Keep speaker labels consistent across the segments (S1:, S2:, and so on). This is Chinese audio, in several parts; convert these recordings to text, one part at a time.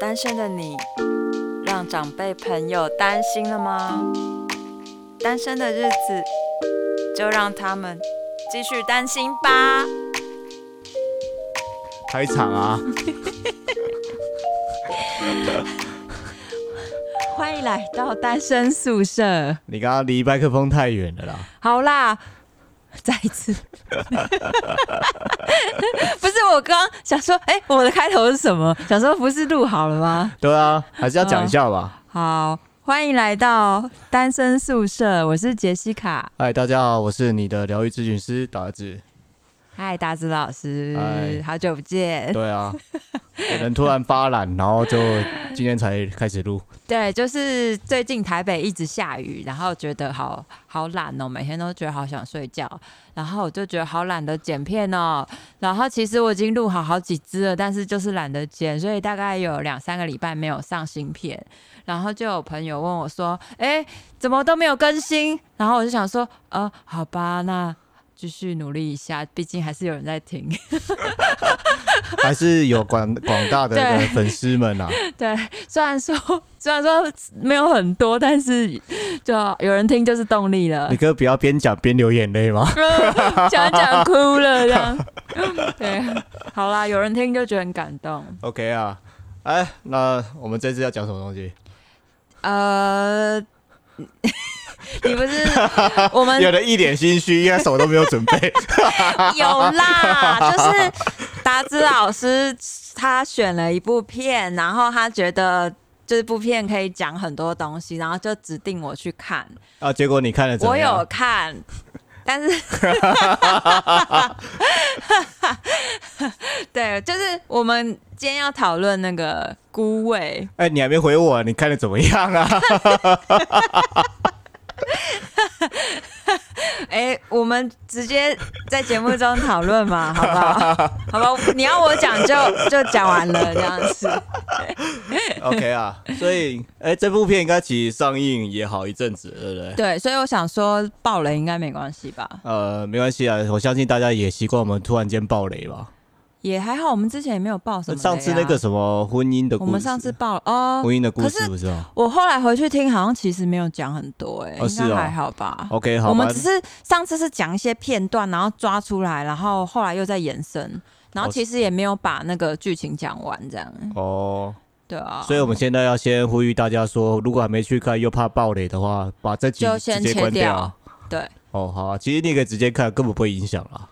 S1: 单身的你，让长辈朋友担心了吗？单身的日子，就让他们继续担心吧。
S2: 开场啊，
S1: 欢迎来到单身宿舍。
S2: 你刚刚离麦克风太远了啦。
S1: 好啦，再一次， 不是我刚想说，哎、我的开头是什么？想说不是录好了吗？
S2: 对啊，还是要讲一 下吧。
S1: 好，欢迎来到单身宿舍，我是杰西卡，
S2: 嗨、大家好，我是你的疗愈咨询师达 志。
S1: 嗨，达子老师
S2: 嗨，
S1: 好久不见。
S2: 对啊，有人突然发懒，然后就今天才开 始录。
S1: 对，就是最近台北一直下雨，然后觉得好好懒哦，每天都觉得好想睡觉，然后我就觉得好懒得剪片哦。然后其实我已经录好好几支了，但是就是懒得剪，所以大概有两三个礼拜没有上新片。然后就有朋友问我说：“哎，怎么都没有更新？”然后我就想说：“呃，好吧，那继续努力一下，毕竟还是有人在听。”
S2: 还是有广广大的
S1: 对
S2: 粉丝们啊，
S1: 对，虽然说虽然说没有很多，但是就有人听就是动力了
S2: 你。可以不要边讲边流眼泪 吗？
S1: 讲讲哭了这样，对，好啦，有人听就觉得很感动。
S2: OK 啊，哎，那我们这次要讲什么东西？
S1: 呃， 你不是我们
S2: 有人一脸心虚，应该什么都没有 准备。
S1: 有啦，就是达子老师他选了一部片，然后他觉得这部片可以讲很多东西，然后就指定我去看。
S2: 啊，结果你看了怎
S1: 我
S2: 么样？
S1: 有看，但是， 对，就是我们今天要讨论那个孤味，
S2: 哎、你还没回我，你看的怎么样啊？
S1: 哎、我们直接在节目中讨论 嘛，好不好？好吧，你要我讲就就讲完了这样子。
S2: OK 啊，所以哎、这部片应该其实上映也好一阵子了，对不对？
S1: 对，所以我想说，爆雷应该没关系吧？
S2: 呃，没关系啊，我相信大家也习惯我们突然间爆雷吧。
S1: 也还好，我们之前也没有爆什么、啊
S2: 上次那个，什么婚姻的故
S1: 我
S2: 事，
S1: 们上次爆了哦。
S2: 婚姻的故
S1: 可
S2: 事
S1: 是
S2: 不是吗
S1: 我后来回去听，好像其实没有讲很多、哎、
S2: 哦是
S1: 应该
S2: 哦
S1: 还好吧？
S2: ？OK，好
S1: 我
S2: 吧
S1: 们只，是上次是讲一些片段，然后抓出来，然后后来又再延伸，然后
S2: 哦
S1: 其实也没有把那个剧情讲完，这样
S2: 哦，
S1: 对啊。
S2: 所以我们现在要先呼吁大家说，如果还没去看又怕爆雷的话，把这集
S1: 就
S2: 直
S1: 先
S2: 接
S1: 切
S2: 关
S1: 掉。对
S2: 哦，好啊，其实你可以直接看，根本不会影响啦。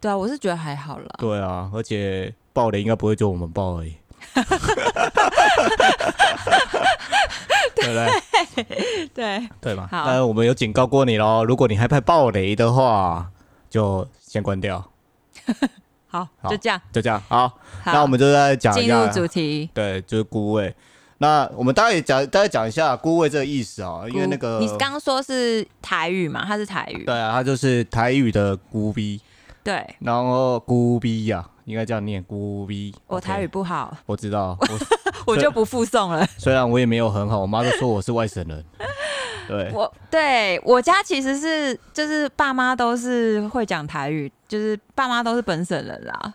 S1: 对啊，我是觉得还好啦。
S2: 对啊，而且爆雷应该不会就我们爆而已。对不对？
S1: 对，
S2: 对嘛？
S1: 好
S2: 那我们有警告过你喽，如果你害怕爆雷的话，就先关掉，
S1: 好，
S2: 好
S1: 就这样。
S2: 就这样。好，
S1: 好，
S2: 那我们就再讲一
S1: 进入
S2: 下，
S1: 主题。
S2: 对，就是孤位。那我们大概也讲，大概讲一下孤位这个意思啊、因为那个
S1: 你刚刚说是台语嘛，它是台语。
S2: 对啊，它就是台语的孤逼，
S1: 对，
S2: 然后孤逼呀、应该这样念孤逼。
S1: 我
S2: OK，
S1: 台语不好，
S2: 我知道，我
S1: 我就不附送了。
S2: 虽然我也没有很好，我妈都说我是外省人，对，
S1: 我对我家其实是就是爸妈都是会讲台语，就是爸妈都是本省人啦。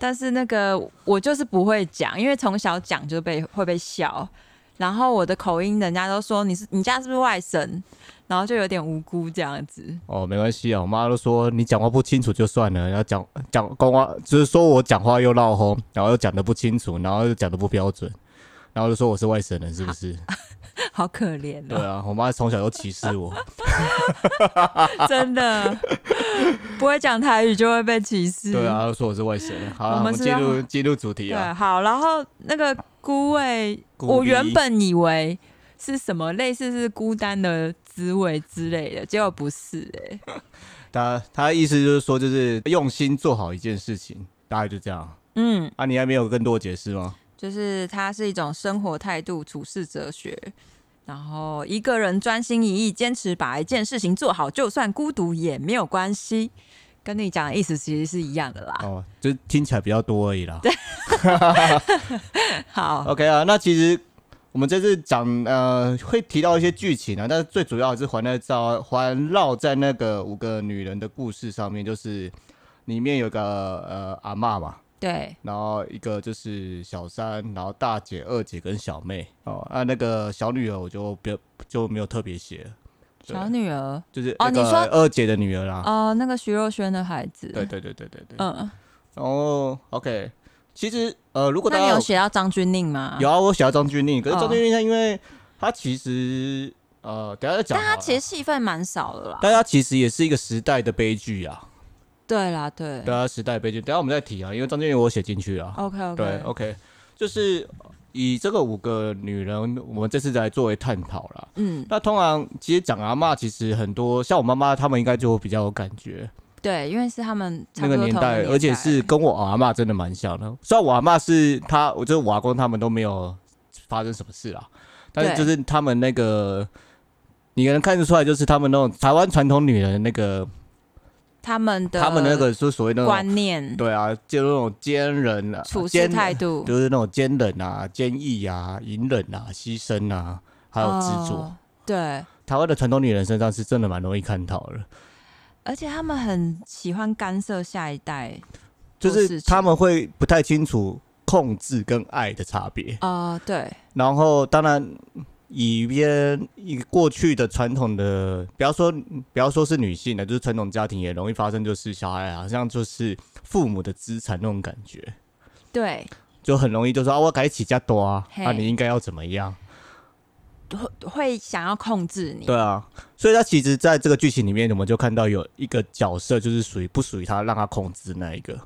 S1: 但是那个我就是不会讲，因为从小讲就被会被笑，然后我的口音人家都说你是你家是不是外省，然后就有点无辜这样子。
S2: 哦，没关系啊，我妈都说你讲话不清楚就算了，然后讲讲讲话，就是说我讲话又绕轰，然后又讲的不清楚，然后又讲的不标准，然后就说我是外省人，是不是？
S1: 好可怜
S2: 对
S1: 哦，
S2: 啊，我妈从小都歧视 我。啊
S1: 真的 不会讲台语就会被歧视。
S2: 对啊，她就说我是外省人。好了，
S1: 我
S2: 我
S1: 们
S2: 们
S1: 是
S2: 进
S1: 要
S2: 入进入主题
S1: 对，
S2: 啊。
S1: 好，然后那个孤味，
S2: 孤
S1: 我
S2: 立
S1: 原本以为是什么类似是孤单的滋味之类的，结果不是哎、
S2: 她她的意思就是说，就是用心做好一件事情，大概就这样。
S1: 嗯，
S2: 啊，你还没有更多解释吗？
S1: 就是它是一种生活态度、处事哲学。然后一个人专心一意、坚持把一件事情做好，就算孤独也没有关系，跟你讲的意思其实是一样的 啦。
S2: 哦，就是听起来比较多而已啦。
S1: 好，
S2: OK 啊，那其实我们这次讲呃会提到一些剧情啊，但是最主要还是环绕在环绕在那个五个女人的故事上面，就是里面有个呃阿嬷嘛，
S1: 对，
S2: 然后一个就是小三，然后大姐、二姐跟小妹哦，啊，那个小女儿我就不要就没有特别写了，对
S1: 小女儿
S2: 就是
S1: 哦
S2: 那
S1: 你说
S2: 个二姐的女儿啦，
S1: 哦，那个徐若瑄的孩子，
S2: 对对对对对对，
S1: 嗯，
S2: 然后 OK，其实呃，如果大
S1: 那你
S2: 家
S1: 有写到张钧甯吗？
S2: 有，啊，我写到张钧甯，可是
S1: 哦
S2: 张钧甯他因为他其实呃，等一下再讲
S1: 但
S2: 好了，
S1: 他其实戏份蛮少的啦。
S2: 但他其实也是一个时代的悲剧啊，
S1: 对啦，对哦
S2: 对啊，时代悲剧，等一下我们再提啊，因为张钧甯我写进去啊，
S1: ，OK
S2: 对
S1: OK，
S2: ，OK，就是以这个五个女人，我们这次来作为探讨啦。
S1: 嗯，
S2: 那通常其实讲阿嬷，其实很多像我妈妈他们应该就会比较有感觉，
S1: 对，因为是他们差不
S2: 那个
S1: 多
S2: 年
S1: 同
S2: 代，而且是
S1: 代
S2: 跟我阿嬷真的蛮像的。虽然我阿嬷是她，我就是我阿公他们都没有发生什么事啦，但是
S1: 对
S2: 就是他们那个，你能看得出来，就是他们那种台湾传统女人的那个，
S1: 他们的
S2: 他们那个说所谓那种，
S1: 观念、
S2: 对啊，就那种奸人啊，
S1: 处事
S2: 奸
S1: 态度，
S2: 就是那种坚忍啊、坚毅啊、隐忍啊、牺牲啊，还有执着。
S1: 哦对，
S2: 台湾的传统女人身上是真的蛮容易看到的，
S1: 而且他们很喜欢干涉下一代
S2: 就
S1: 做事情，
S2: 是他们会不太清楚控制跟爱的差别。
S1: 哦，对，
S2: 然后，当然以边以过去的传统的，不要说不要说是女性的，就是传统家庭也容易发生，就是小孩好像就是父母的资产那种感觉，
S1: 对，
S2: 就很容易就说啊，我改起家多啊，啊，
S1: 嘿
S2: 你应该要怎么样。
S1: 会会想要控制你，
S2: 对啊，所以他其实在这个剧情里面，我们就看到有一个角色就是属于不属于他，让他控制那一个，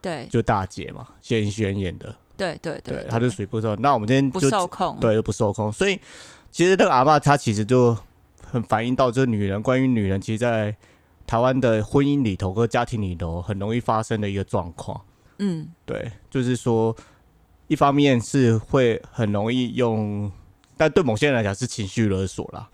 S1: 对，
S2: 就大姐嘛，谢盈萱演的，
S1: 对，对，
S2: 对，
S1: 对，
S2: 他就属于不受。那我们今天
S1: 不
S2: 就
S1: 受控，
S2: 对就不受控，所以其实那个阿嬷她其实就很反映到，就是女人关于女人，其实，在台湾的婚姻里头和家庭里头很容易发生的一个状况。
S1: 嗯，
S2: 对，就是说，一方面是会很容易用，但对某些人来讲是情绪勒索啦。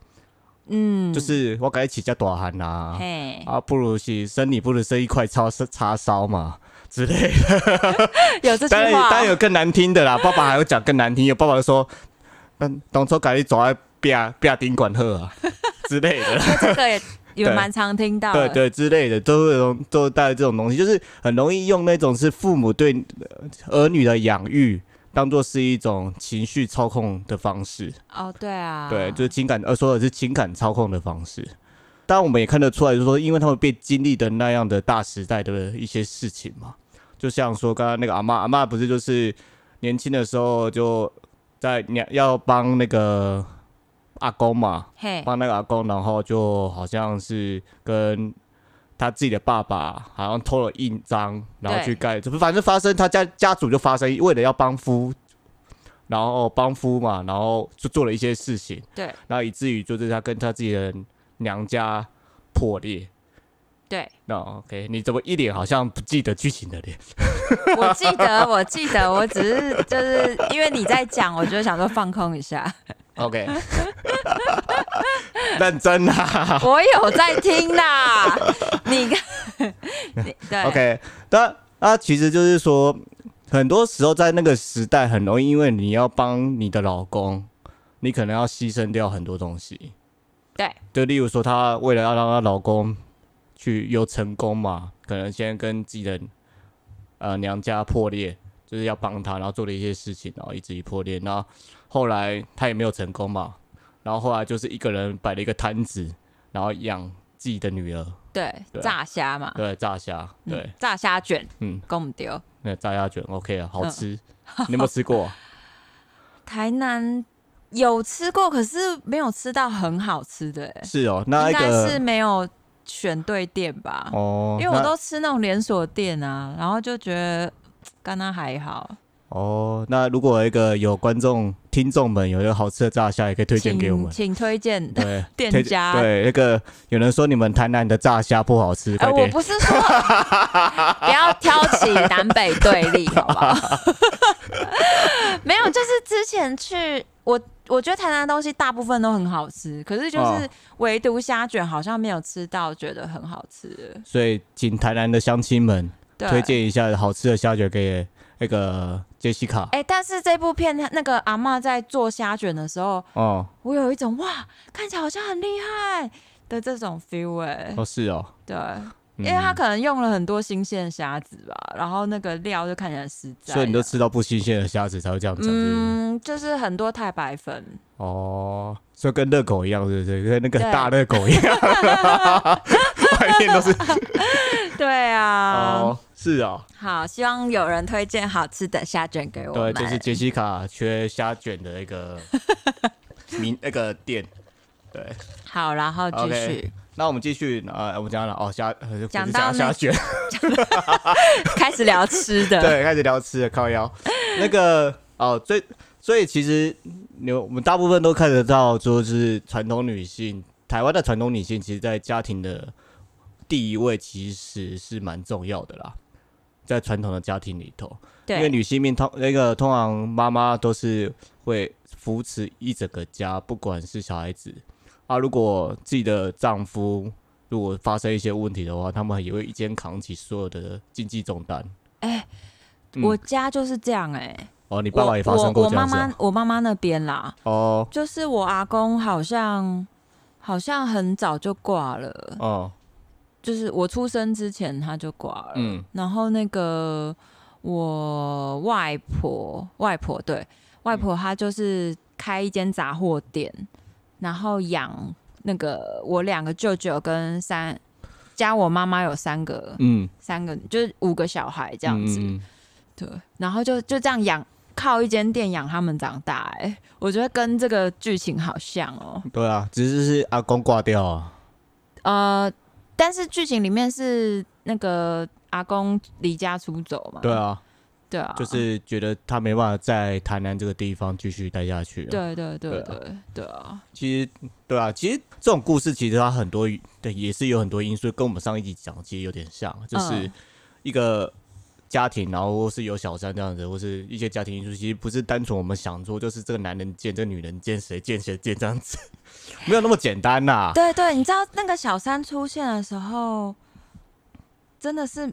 S1: 嗯，
S2: 就是我改起叫大汉啊，
S1: 嘿，
S2: 啊，不如是生你不如生一块叉叉烧嘛之类的。
S1: 有这句
S2: 当然，
S1: 话
S2: 当
S1: 哦，
S2: 然有更难 听的啦。爸爸还有讲更难听，有爸爸就说，嗯，当初改你走在边边顶管喝 啊之类的，
S1: 这个也也
S2: 对
S1: 蛮常听到
S2: 对
S1: 的，
S2: 对之类的，都会容都带来这种东西，就是很容易用那种是父母对呃儿女的养育。当做是一种情绪操控的方式，
S1: 哦，对啊，
S2: 对，就是情感，呃，说的是情感操控的方式。当然，我们也看得出来，就是说，因为他们被经历的那样的大时代的一些事情嘛，就像说刚刚那个阿妈，阿妈不是就是年轻的时候就在娘要帮那个阿公嘛，
S1: 嘿，
S2: 帮那个阿公，然后就好像是跟他自己的爸爸好像偷了印章，然后
S1: 对
S2: 去盖，反正发生他家家族就发生，为了要帮夫，然后帮夫嘛，然后就做了一些事情，
S1: 对
S2: 然后以至于就是他跟他自己的娘家破裂。
S1: 对，
S2: 那 OK，你怎么一脸好像不记得剧情的脸？
S1: 我记得，我记得，我只是就是因为你在讲，我就想说放空一下。
S2: OK，认真啊。
S1: 我有在听 啦，你看，你对
S2: OK，那那其实就是说，很多时候在那个时代，很容易因为你要帮你的老公，你可能要牺牲掉很多东西。
S1: 对，
S2: 就例如说，她为了要让她老公去有成功嘛，可能先跟自己的呃娘家破裂，就是要帮她，然后做了一些事情，然后以至于破裂。然后后来她也没有成功嘛，然后后来就是一个人摆了一个摊子，然后养自己的女儿，
S1: 对
S2: 对啊
S1: 炸虾嘛，
S2: 对，炸虾，对。
S1: 嗯，炸虾卷，
S2: 嗯
S1: 嗯，跟我们丢。
S2: 那炸鸭卷 OK 啊，好
S1: 嗯
S2: 吃。你有没有吃过？啊
S1: 台南有吃过，可是没有吃到很好吃的、欸，
S2: 是哦，那一
S1: 应该是
S2: 个
S1: 没有选对店吧？
S2: 哦，
S1: 因为我
S2: 那
S1: 都吃那种连锁店啊，然后就觉得刚刚还好，
S2: 哦，那如果有一个有观众听众们有一个好吃的炸虾，也可以推荐给我们
S1: 请。请推荐。
S2: 对，
S1: 店
S2: 推
S1: 家
S2: 对那个有人说你们台南的炸虾不好吃，
S1: 哎、
S2: 快
S1: 我
S2: 点。
S1: 不是说不要挑起南北对立，好不 好？没有，就是之前去我，我觉得台南的东西大部分都很好吃，可是就是
S2: 哦
S1: 唯独虾卷好像没有吃到，觉得很好吃。
S2: 所以请台南的乡亲们
S1: 对，
S2: 推荐一下好吃的虾卷给那个杰西卡。
S1: 哎、但是这部片那个阿嬷在做虾卷的时候，
S2: 哦，
S1: 我有一种哇，看起来好像很厉害的这种 feel 哎、
S2: 哦是哦，
S1: 对，因为他可能用了很多新鲜的虾子吧，然后那个料就看起来很实在。
S2: 所以你都吃到不新鲜的虾子才会这样讲，是不是
S1: 啊嗯，就是很多太白粉，
S2: 哦，所以跟热狗一样，对不对？跟那个
S1: 对
S2: 大热狗一 样，外面都是
S1: 对啊。
S2: 哦，是哦，
S1: 好，希望有人推荐好吃的虾卷给我
S2: 对，
S1: 们。
S2: 就是杰西卡缺虾卷的一个名那个店，对。
S1: 好，然后继续
S2: OK 那我们继续，呃，我们讲了哦，虾呃
S1: 讲
S2: 不是
S1: 到那
S2: 讲虾卷，
S1: 开始聊吃的。
S2: 对，开始聊吃的靠腰，那个哦，最所以其实你我们大部分都看得到，就是传统女性，台湾的传统女性，其实在家庭的地位其实是蛮重要的啦，在传统的家庭里头，因为
S1: 对
S2: 女性命通那个通常妈妈都是会扶持一整个家，不管是小孩子啊，如果自己的丈夫如果发生一些问题的话，他们也会一肩扛起所有的经济重担。嗯
S1: 哎我家就是这样哎、
S2: 哦，你
S1: 你
S2: 爸爸也发生过
S1: 我
S2: 这
S1: 妈
S2: 样子
S1: 妈
S2: 啊、，
S1: 我妈妈那边啦，
S2: 哦
S1: 就是我阿公好像好像很早就挂了，
S2: 哦，
S1: 就是我出生之前他就挂了。
S2: 嗯
S1: 然后那个我外婆，外婆对外
S2: 嗯
S1: 婆，她就是开一间杂货店，然后养那个我两个舅舅跟三加我妈妈有三个，
S2: 嗯，
S1: 三个就是五个小孩这样子，
S2: 嗯嗯嗯
S1: 对，然后就就这样养。靠一间店养他们长大、哎，我觉得跟这个剧情好像哦、
S2: 对啊，只是是阿公挂掉啊，
S1: 呃，但是剧情里面是那个阿公离家出走嘛，
S2: 对啊，
S1: 对啊，
S2: 就是觉得他没办法在台南这个地方继续待下去了。
S1: 对对对
S2: 对啊
S1: 对对啊，
S2: 其实对啊，其实这种故事其实它很多对也是有很多因素，跟我们上一集讲的其实有点像，就是
S1: 嗯
S2: 一个家庭，然后或是有小三这样子，或是一些家庭因素，其实不是单纯我们想说就是这个男人贱，这个女人贱，谁贱谁贱这样子， 没有那么简单呐、
S1: 对对，你知道那个小三出现的时候，真的是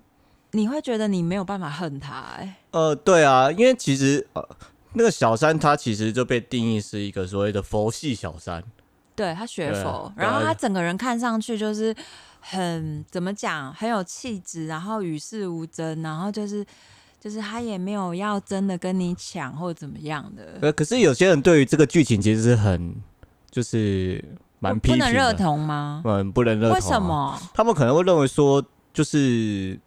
S1: 你会觉得你没有办法恨他、哎，
S2: 呃，对啊，因为其实呃，那个小三他其实就被定义是一个所谓的佛系小三，
S1: 对他学
S2: 对啊
S1: 佛，
S2: 对啊
S1: 然后他整个人看上去就是很怎么讲，很有气质，然后与世无争，然后就是。就是他也没有要真的跟你抢或怎么样的，
S2: 呃，可是有些人对于这个剧情其实是很就是蛮
S1: 不
S2: 批
S1: 不
S2: 评
S1: 能热
S2: 的，
S1: 同吗？
S2: 嗯，不能认同、
S1: 为什？么？
S2: 他们可能会认为说，就是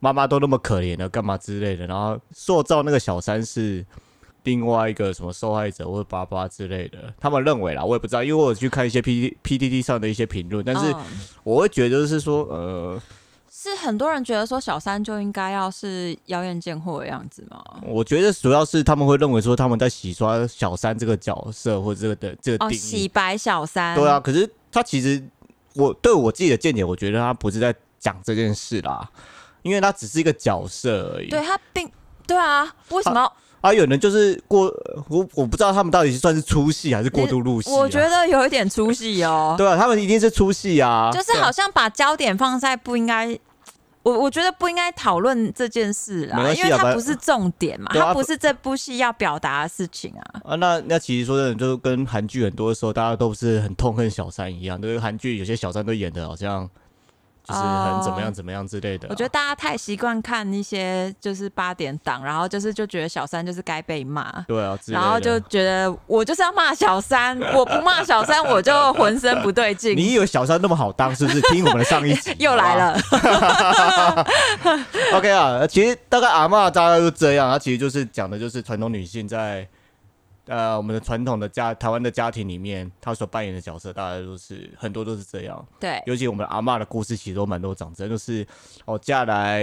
S2: 妈妈都那么可怜了，干嘛之类的，然后塑造那个小三是另外一个什么受害者或者爸爸之类的，他们认为啦，我也不知道，因为我有去看一些 P P T T 上的一些评论，但是
S1: 嗯
S2: 我会觉得就是说，呃，
S1: 是很多人觉得说小三就应该要是妖艳贱货的样子吗？
S2: 我觉得主要是他们会认为说他们在洗刷小三这个角色或者这个的这个
S1: 哦，
S2: 定义，
S1: 洗白小三，
S2: 对啊，，可是他其实我对我自己的见解，我觉得他不是在讲这件事啦。因为他只是一个角色而已，
S1: 对他并对啊，为什么？
S2: 啊，有人就是过，我我不知道他们到底是算是出戏还是过度入戏、啊。
S1: 我觉得有一点出戏哦，
S2: 对啊，他们一定是出戏啊，
S1: 就是好像把焦点放在不应该。我我觉得不应该讨论这件事
S2: 没
S1: 啦，
S2: 关系
S1: 因
S2: 啊
S1: 为它
S2: 反
S1: 不是重点嘛，
S2: 对啊
S1: 它不是这部戏要表达的事情啊。
S2: 啊。那那其实说真的，就跟韩剧很多时候大家都是很痛恨小三一样，就是韩剧有些小三都演的好像就是很怎么样
S1: 哦
S2: 怎么样之类的啊、
S1: 我觉得大家太习惯看一些就是八点档，然后就是就觉得小三就是该被骂，
S2: 对啊，之类
S1: 然后就
S2: 的
S1: 觉得我就是要骂小 三，我不骂小三我就浑身不对劲。
S2: 你以为小三那么好当 是不是？听我们的上一集
S1: 又来。
S2: 好不好
S1: 了，
S2: OK 啊，呃其实大概阿嬷大概就这样，她其实就是讲的就是传统女性在呃我们的传统的家台湾的家庭里面，她所扮演的角色大概都是很多都是这样。
S1: 对，
S2: 尤其我们阿嬷的故事其实都蛮多长这，就是哦嫁来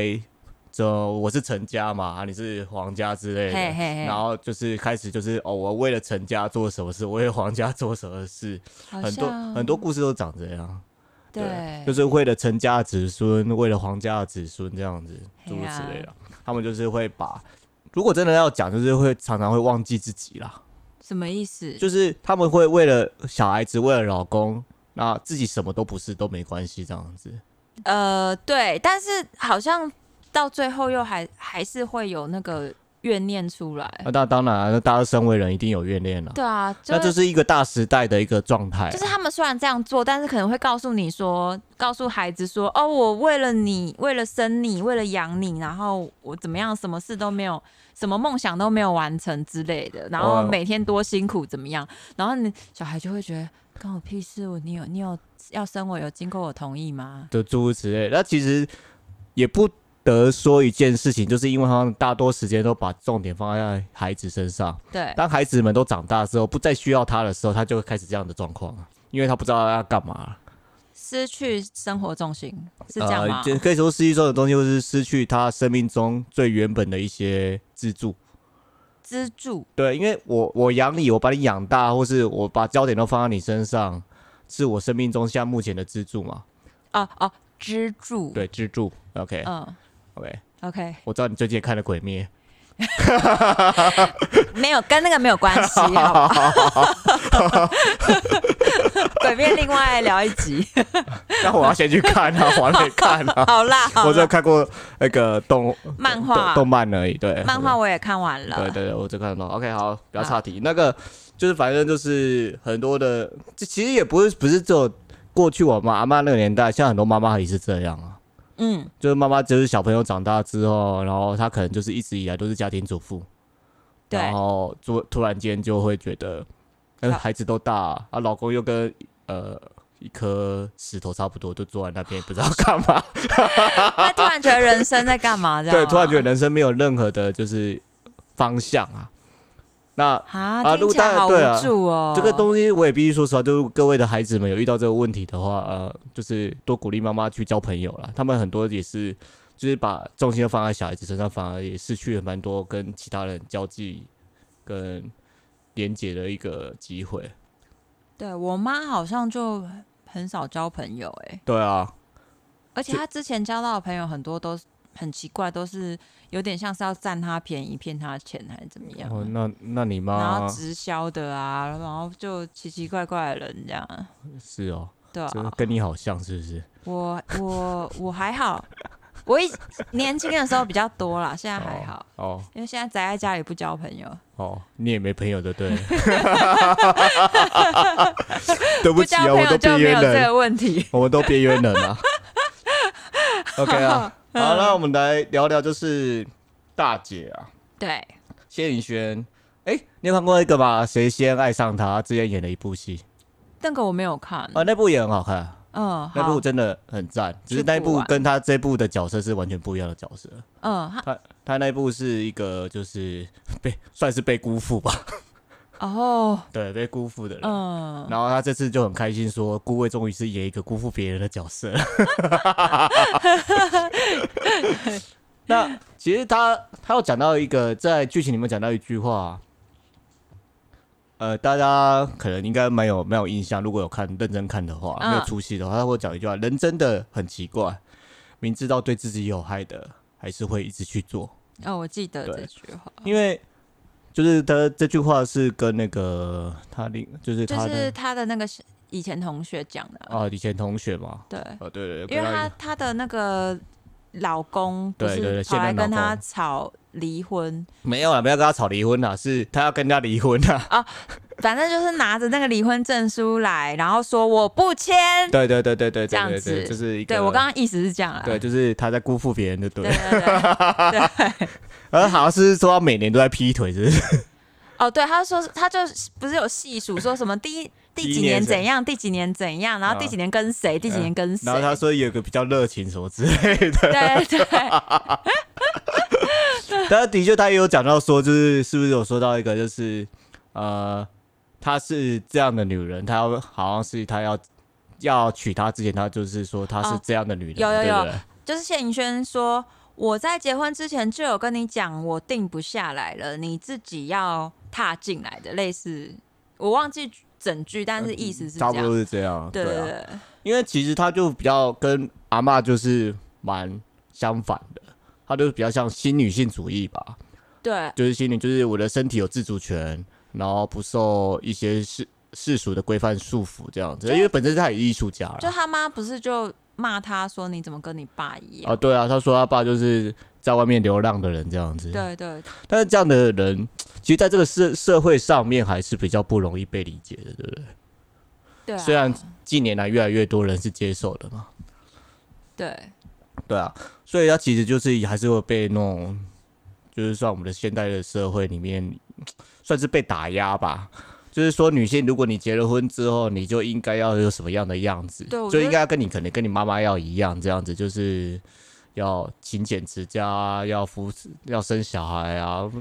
S2: 这我是陈家嘛，啊你是黄家之类的，
S1: 嘿嘿嘿
S2: 然后就是开始就是哦我为了陈家做什么事，我为了黄家做什么事，
S1: 好
S2: 很多
S1: 像
S2: 很多故事都长这样。
S1: 对，
S2: 就是为了陈家的子孙，为了皇家的子孙这样子，诸如
S1: 嘿
S2: 此
S1: 啊
S2: 类的。他们就是会把，如果真的要讲，就是会常常会忘记自己啦。
S1: 什么意思？
S2: 就是他们会为了小孩子，为了老公，那自己什么都不是都没关系这样子。
S1: 呃，对，但是好像到最后又还还是会有那个怨念出来。
S2: 那那当然啊，那大家身为人一定有怨念了。
S1: 哎对啊，就
S2: 那这
S1: 是
S2: 是一个大时代的一个状态
S1: 就
S2: 啊
S1: 是。他们虽然这样做，但是可能会告诉你说，告诉孩子说，哦，我为了你，为了生你，为了养你，然后我怎么样，什么事都没有，什么梦想都没有完成之类的，然后
S2: 哦
S1: 每天多辛苦怎么样，然后你小孩就会觉得关我屁事，我你有你有要生我有经过我同意吗？
S2: 就诸如此类。那其实也不得说一件事情，就是因为他们大多时间都把重点放在孩子身上。
S1: 对，
S2: 当孩子们都长大之后，不再需要他的时候，他就会开始这样的状况了，因为他不知道要干嘛了。
S1: 失去生活重心是这样吗？
S2: 呃，就可以说失去这种东西，就是失去他生命中最原本的一些支柱。
S1: 支柱，
S2: 对，因为我我养你，我把你养大，或是我把焦点都放在你身上，是我生命中现在目前的支柱嘛？
S1: 哦哦，支柱，，
S2: 对，支柱。OK，OK，、
S1: 嗯，OK，
S2: 我知道你最近也看了《鬼灭》。
S1: 没有跟那个没有关系，好吧？ 鬼面另外聊一 集，
S2: 那我要先去看啊，我还没看 啊，
S1: 好啦，好
S2: 我只有
S1: 啦，
S2: 看过那个动
S1: 漫
S2: 动
S1: 哦画，
S2: 动漫而已，对，
S1: 漫画我也看完
S2: 对，对
S1: 了，
S2: 对对，我只看到。OK，好，不要岔题。那个就是反正就是很多的，这其实也不是不是只有过去我妈阿妈那个年代，像很多妈妈也是这样啊，
S1: 嗯，
S2: 就是妈妈就是小朋友长大之后，然后她可能就是一直以来都是家庭主妇，
S1: 对
S2: 然后突突然间就会觉得，但是孩子都大啊，啊老公又跟呃。一颗石头差不多，就坐在那边 也不知道啊干嘛。
S1: 会突然觉得人生在干嘛？这样
S2: 对，
S1: 吗，
S2: 突然觉得人生没有任何的，就是方向啊。那
S1: 啊，
S2: 啊
S1: 听
S2: 如
S1: 起
S2: 果
S1: 来好
S2: 大家对啊
S1: 无助哦，
S2: 这个东西我也必须说实话，就是各位的孩子们有遇到这个问题的话，呃，就是多鼓励妈妈去交朋友啦。他们很多也是，就是把重心都放在小孩子身上，反而也失去了蛮多跟其他人交际跟连接的一个机会。
S1: 对我妈好像就很少交朋友，哎，
S2: 对啊，
S1: 而且
S2: 就
S1: 她之前交到的朋友很多都是很奇怪，都是有点像是要占她便宜、骗她钱还是怎么样。
S2: 哦，那那你
S1: 然后
S2: 妈
S1: 直销的啊，然后就奇奇怪怪的人这样，
S2: 是哦，
S1: 对
S2: 这个
S1: 啊，
S2: 跟你好像是不是？
S1: 我我我还好，我一年轻的时候比较多啦，现在还好，
S2: 哦
S1: 因为现在宅在家里不交朋友，
S2: 哦哦，你也没朋友的对 了。对不起
S1: 交
S2: 啊，
S1: 朋
S2: 我
S1: 友
S2: 都
S1: 就
S2: 边
S1: 没
S2: 缘
S1: 有
S2: 人
S1: 这。个问题。
S2: 我们都边缘人 啊。OK 啊，好，那我们来聊聊就是大姐啊，
S1: 对，
S2: 谢颖轩。哎、你有看过一个吧？谁先爱上他？之前演的一部戏
S1: 那个我没有看，
S2: 啊，那部也很好看，
S1: 嗯，
S2: 那
S1: 好
S2: 部，真的很赞。只是
S1: 去
S2: 那一
S1: 补
S2: 部啊
S1: 完
S2: 跟他这部的角色是完全不一样的角色。
S1: 嗯，哈
S2: 他那一部是一个就是被算是被辜负吧，
S1: 哦，
S2: 对，被辜负的人。
S1: 嗯，
S2: 然后他这次就很开心说，顾魏终于是演一个辜负别人的 角色。那其实他他有讲到一个在剧情里面讲到一句话、呃，大家可能应该没有没有印象，如果有看认真看的话，
S1: 嗯
S2: 没有出戏的话，他会讲一句话：人真的很奇怪，明知道对自己有害的，还是会一直去做。
S1: 哦，我记得
S2: 对
S1: 这句话，
S2: 因为就是他这句话是跟那个他另就是
S1: 就
S2: 他的
S1: 是他的那个以前同学讲的，
S2: 啊以前同学嘛，
S1: 对，
S2: 哦，对对，对
S1: 因为
S2: 跟
S1: 她她的那个老公不
S2: 对对
S1: 是
S2: 对
S1: 跑来
S2: 现任老
S1: 跟她
S2: 公
S1: 吵离婚，
S2: 没有啊，不要跟他吵离婚啦，是他要跟人家离婚啊啦。
S1: 哦反正就是拿着那个离婚证书来，然后说我不签。
S2: 对对对对对，对
S1: 这样
S2: 对对
S1: 子
S2: 就是一个
S1: 对我刚刚意思是这样啦。
S2: 对，就是他在辜负别人，就对
S1: 对
S2: 了。
S1: 对对。
S2: 而好像是说他每年都在劈腿，是不是？
S1: 哦，对，他说他就是不是有细数说什么第一第
S2: 第
S1: 几
S2: 一年
S1: 年
S2: 谁
S1: 怎样，第几年怎样，然后
S2: 啊
S1: 第几年跟谁，第几年跟谁
S2: 然后。他说有个比较热情什么之类的，
S1: 对对对
S2: 但的确他也有讲到说，就是是不是有说到一个就是呃，她是这样的女人，她要好像是她要要娶她之前，她就是说她是
S1: 哦
S2: 这样的女人，
S1: 有有
S2: 对不
S1: 有
S2: 对？
S1: 就是谢颖轩说我在结婚之前就有跟你讲，我定不下来了，你自己要踏进来的，类似我忘记整句，但是意思是这
S2: 呃差不
S1: 样。
S2: 多是这样，
S1: 对
S2: 对
S1: 对
S2: 啊。
S1: 对，
S2: 因为其实他就比较跟阿嬷就是蛮相反的，他就是比较像新女性主义吧，
S1: 对
S2: 就是新女就是我的身体有自主权，然后不受一些世世俗的规范束缚这样子，
S1: 就
S2: 因为本身他也是艺术家
S1: 就
S2: 啦。
S1: 他妈不是就骂他说你怎么跟你爸一样？
S2: 啊啊，对啊，他说他爸就是在外面流浪的人这样子。啊
S1: 对啊对，
S2: 但是这样的人，其实在这个社社会上面还是比较不容易被理解的，对不对？
S1: 对啊，
S2: 虽然近年来越来越多人是接受的嘛，
S1: 对
S2: 对啊，所以他其实就是还是会被那种，就是算我们的现代的社会里面，算是被打压吧。就是说，女性，如果你结了婚之后，你就应该要有什么样的样子，
S1: 对我觉
S2: 就
S1: 得
S2: 应该跟你可能跟你妈妈要一样，这样子就是要勤俭持家啊，要服要生小孩啊，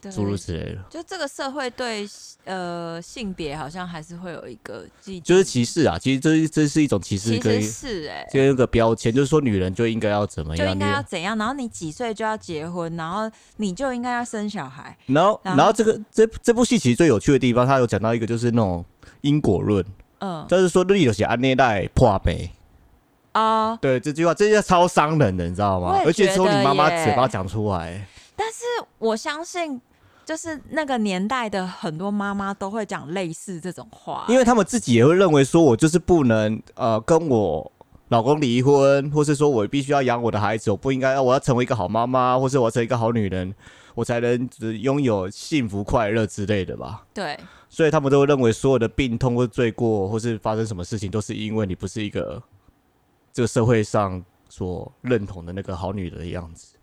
S1: 对，
S2: 诸如此类的，
S1: 就这个社会对呃性别好像还是会有一个既
S2: 就是
S1: 定
S2: 歧视啊。其实这这是一种歧视
S1: 其
S2: 跟
S1: 实是哎、
S2: 跟一个标签，就是说女人就应该要怎么
S1: 就
S2: 样，
S1: 应该
S2: 女
S1: 要怎样，然后你几岁就要结婚，然后你就应该要生小孩，
S2: 然后，
S1: 然
S2: 然后
S1: 后
S2: 这个这这部戏其实最有趣的地方，它有讲到一个就是那种因果论，
S1: 嗯
S2: 就是说你有些安内带破杯，
S1: 哦，
S2: 对这句话，这句话超伤人的，你知道吗
S1: 我？也
S2: 而且
S1: 觉
S2: 从
S1: 得
S2: 你妈妈
S1: 耶哎
S2: 嘴巴讲出来，
S1: 我相信就是那个年代的很多妈妈都会讲类似这种话，
S2: 因为他们自己也会认为说我就是不能呃跟我老公离婚，或是说我必须要养我的孩子，我不应该我要成为一个好妈妈，或是我要成为一个好女人，我才能就是拥有幸福快乐之类的吧。
S1: 对
S2: 所以他们都会认为所有的病痛或罪过，或是发生什么事情，都是因为你不是一个这个社会上所认同的那个好女人的样子。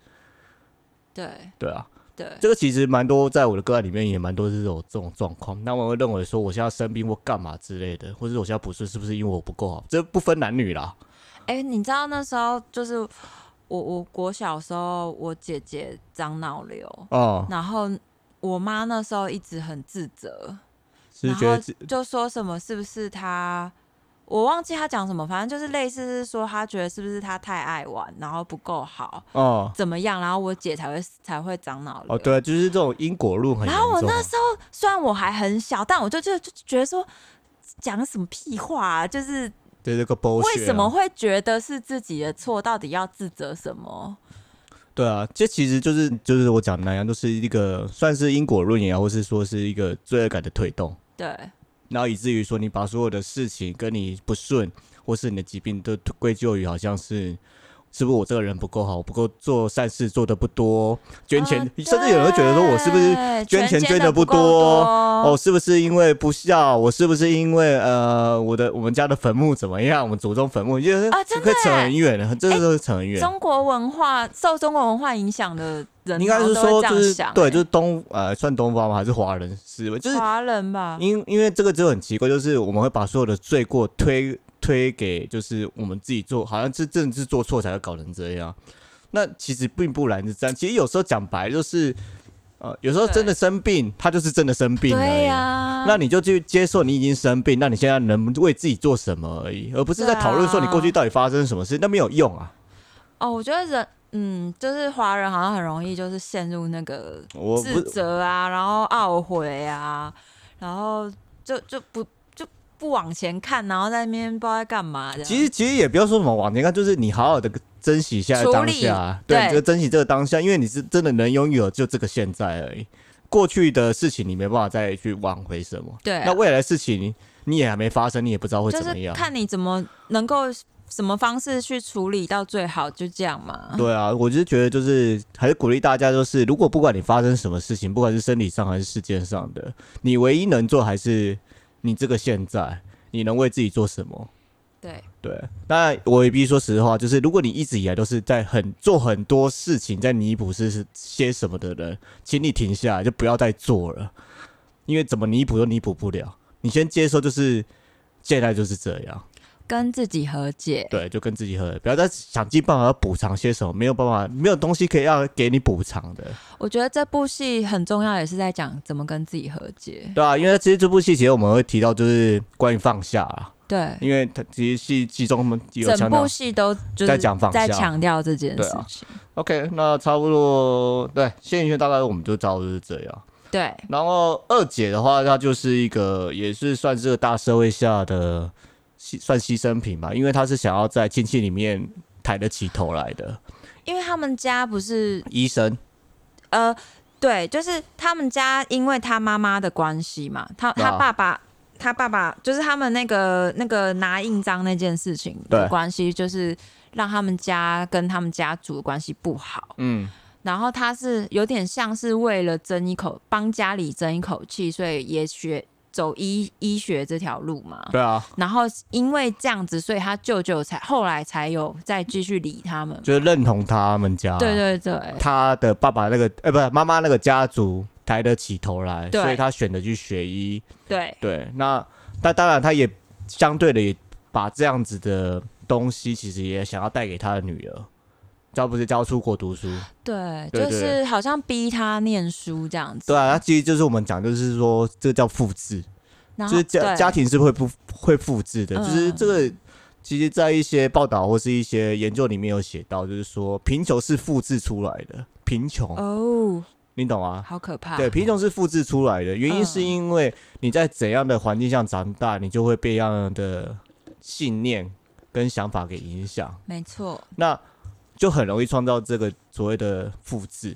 S1: 对
S2: 对啊，
S1: 对
S2: 这个其实蛮多，在我的个案里面也蛮多是有这种状况。那我会认为说，我现在生病或干嘛之类的，或者我现在不顺，是不是因为我不够好？这不分男女啦。
S1: 哎、你知道那时候就是我我国小时候我姐姐长脑瘤，
S2: 哦、
S1: 然后我妈那时候一直很自责，
S2: 是觉得自
S1: 然后就说什么是不是她，我忘记她讲什么，反正就是类似是说她觉得是不是她太爱玩，然后不够好，
S2: 哦
S1: 怎么样，然后我姐才会才会长脑瘤。
S2: 哦，对啊，就是这种因果论很严
S1: 然
S2: 重。啊
S1: 后我那时候虽然我还很小，但我就就就觉得说讲什么屁话、啊，就是
S2: 对这个啊 b u
S1: 为什么会觉得是自己的错，到底要自责什么？
S2: 对啊，这其实就是就是我讲的那样，就是一个算是因果论也好，或是说是一个罪恶感的推动，
S1: 对
S2: 然后以至于说你把所有的事情跟你不顺，或是你的疾病都归咎于好像是。是不是我这个人不够好，我不够做善事做的不多，捐钱，
S1: 啊
S2: 甚至有人会觉得说我是不是
S1: 对
S2: 捐钱捐
S1: 的
S2: 得不
S1: 够
S2: 多哦，是不是因为不孝？我是不是因为呃我的我们家的坟墓怎么样？我们祖宗坟墓就是
S1: 啊真的
S2: 会扯
S1: 耶
S2: 很远，这
S1: 哎
S2: 都是扯很远。
S1: 中国文化受中国文化影响的人，
S2: 应该
S1: 好像
S2: 是
S1: 都会
S2: 说
S1: 这
S2: 就
S1: 样
S2: 是
S1: 想
S2: 对，
S1: 欸
S2: 就是东呃算东方吗？还是华人思维？就是
S1: 华人吧。
S2: 因因为这个就很奇怪，就是我们会把所有的罪过推推给就是我们自己做，好像是政治做错才会搞成这样。那其实并不然是这样，其实有时候讲白就是，呃，有时候真的生病，他就是真的生病而已。啊
S1: 对啊呀、
S2: 那你就去接受你已经生病，那你现在能为自己做什么而已，而不是在
S1: 对啊
S2: 讨论说你过去到底发生什么事，那没有用啊！
S1: 哦，我觉得人，嗯，就是华人好像很容易就是陷入那个
S2: 我不
S1: 自责啊，然后懊悔啊，然后就就不就不往前看，然后在那边不知道在干嘛的。
S2: 其实其实也不要说什么往前看，就是你好好的珍惜现在
S1: 处
S2: 当
S1: 理
S2: 下，对，
S1: 对
S2: 你就珍惜这个当下，因为你是真的能拥有就这个现在而已。过去的事情你没办法再去挽回什么，
S1: 对啊
S2: 那未来的事情你也还没发生，你也不知道会
S1: 就
S2: 怎么
S1: 是
S2: 样。
S1: 看你怎么能够什么方式去处理到最好，就这样嘛。
S2: 对啊，我就是觉得就是还是鼓励大家，就是如果不管你发生什么事情，不管是生理上还是事件上的，你唯一能做还是你这个现在，你能为自己做什么？
S1: 对
S2: 对，那我也必须说实话，就是如果你一直以来都是在很做很多事情，在弥补是是些什么的人，请你停下来，就不要再做了，因为怎么弥补都弥补不了。你先接受，就是现在就是这样，
S1: 跟自己和解。
S2: 对，就跟自己和解，不要再想尽办法要补偿些什么，没有办法，没有东西可以要给你补偿的，
S1: 我觉得这部戏很重要，也是在讲怎么跟自己和解。
S2: 对啊，因为其实这部戏其实我们会提到就是关于放下啊，
S1: 对，
S2: 因为它其实戏剧中我们有
S1: 整
S2: 强调
S1: 部戏都就是
S2: 在讲放下
S1: 在强调这件
S2: 对
S1: 事
S2: 啊
S1: 情。
S2: ，OK，那差不多对，谢颖轩大概我们就差不多是这样。
S1: 对，
S2: 然后二姐的话，她就是一个也是算是个大社会下的牺算牺牲品吧，因为她是想要在亲戚里面抬得起头来的
S1: 因为他们家不是
S2: 医生。
S1: 呃，对，就是他们家因为他妈妈的关系嘛，他他
S2: 啊
S1: 爸爸。他爸爸就是他们那个那个拿印章那件事情的
S2: 对
S1: 关系，就是让他们家跟他们家族的关系不好，
S2: 嗯，
S1: 然后他是有点像是为了争一口帮家里争一口气，所以也学走医医学这条路嘛。
S2: 对啊，
S1: 然后因为这样子，所以他舅舅才后来才有再继续理他们。
S2: 就是认同他们家，
S1: 对对对，
S2: 他的爸爸那个，呃、不是妈妈那个家族抬得起头来，
S1: 对
S2: 所以他选择去学医。
S1: 对
S2: 对，那但当然他也相对的也把这样子的东西，其实也想要带给他的女儿。要不是叫她出国读书，
S1: 对，
S2: 对对
S1: 就是好像逼他念书这样子。
S2: 对啊，那其实就是我们讲，就是说这个叫复制，
S1: 然后
S2: 就是家
S1: 啊对
S2: 家庭是会不会复制的，
S1: 嗯
S2: 就是这个。其实，在一些报道或是一些研究里面有写到，就是说贫穷是复制出来的，贫穷，
S1: 哦，
S2: 你懂吗？
S1: 好可怕。
S2: 对，贫穷是复制出来的，原因
S1: 嗯
S2: 是因为你在怎样的环境下长大，你就会被这样的信念跟想法给影响，
S1: 没错，
S2: 那就很容易创造这个所谓的复制。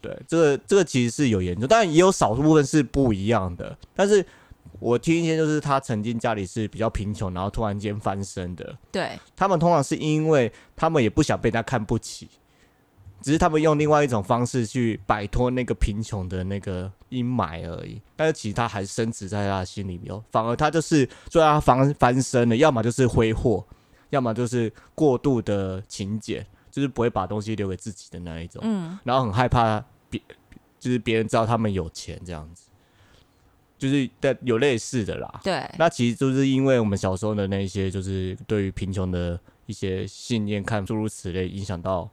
S2: 对，这个这个其实是有研究，当然也有少数部分是不一样的，但是我听一些就是他曾经家里是比较贫穷，然后突然间翻身的，
S1: 对
S2: 他们通常是因为他们也不想被人家看不起，只是他们用另外一种方式去摆脱那个贫穷的那个阴霾而已。但是其实他还深植在他的心里面哦，反而他就是虽然他翻翻身了，要么就是挥霍，要么就是过度的勤俭，就是不会把东西留给自己的那一种，
S1: 嗯，
S2: 然后很害怕别就是别人知道他们有钱这样子，就是但有类似的啦。
S1: 对
S2: 那其实就是因为我们小时候的那一些，就是对于贫穷的一些信念看，诸如此类，影响到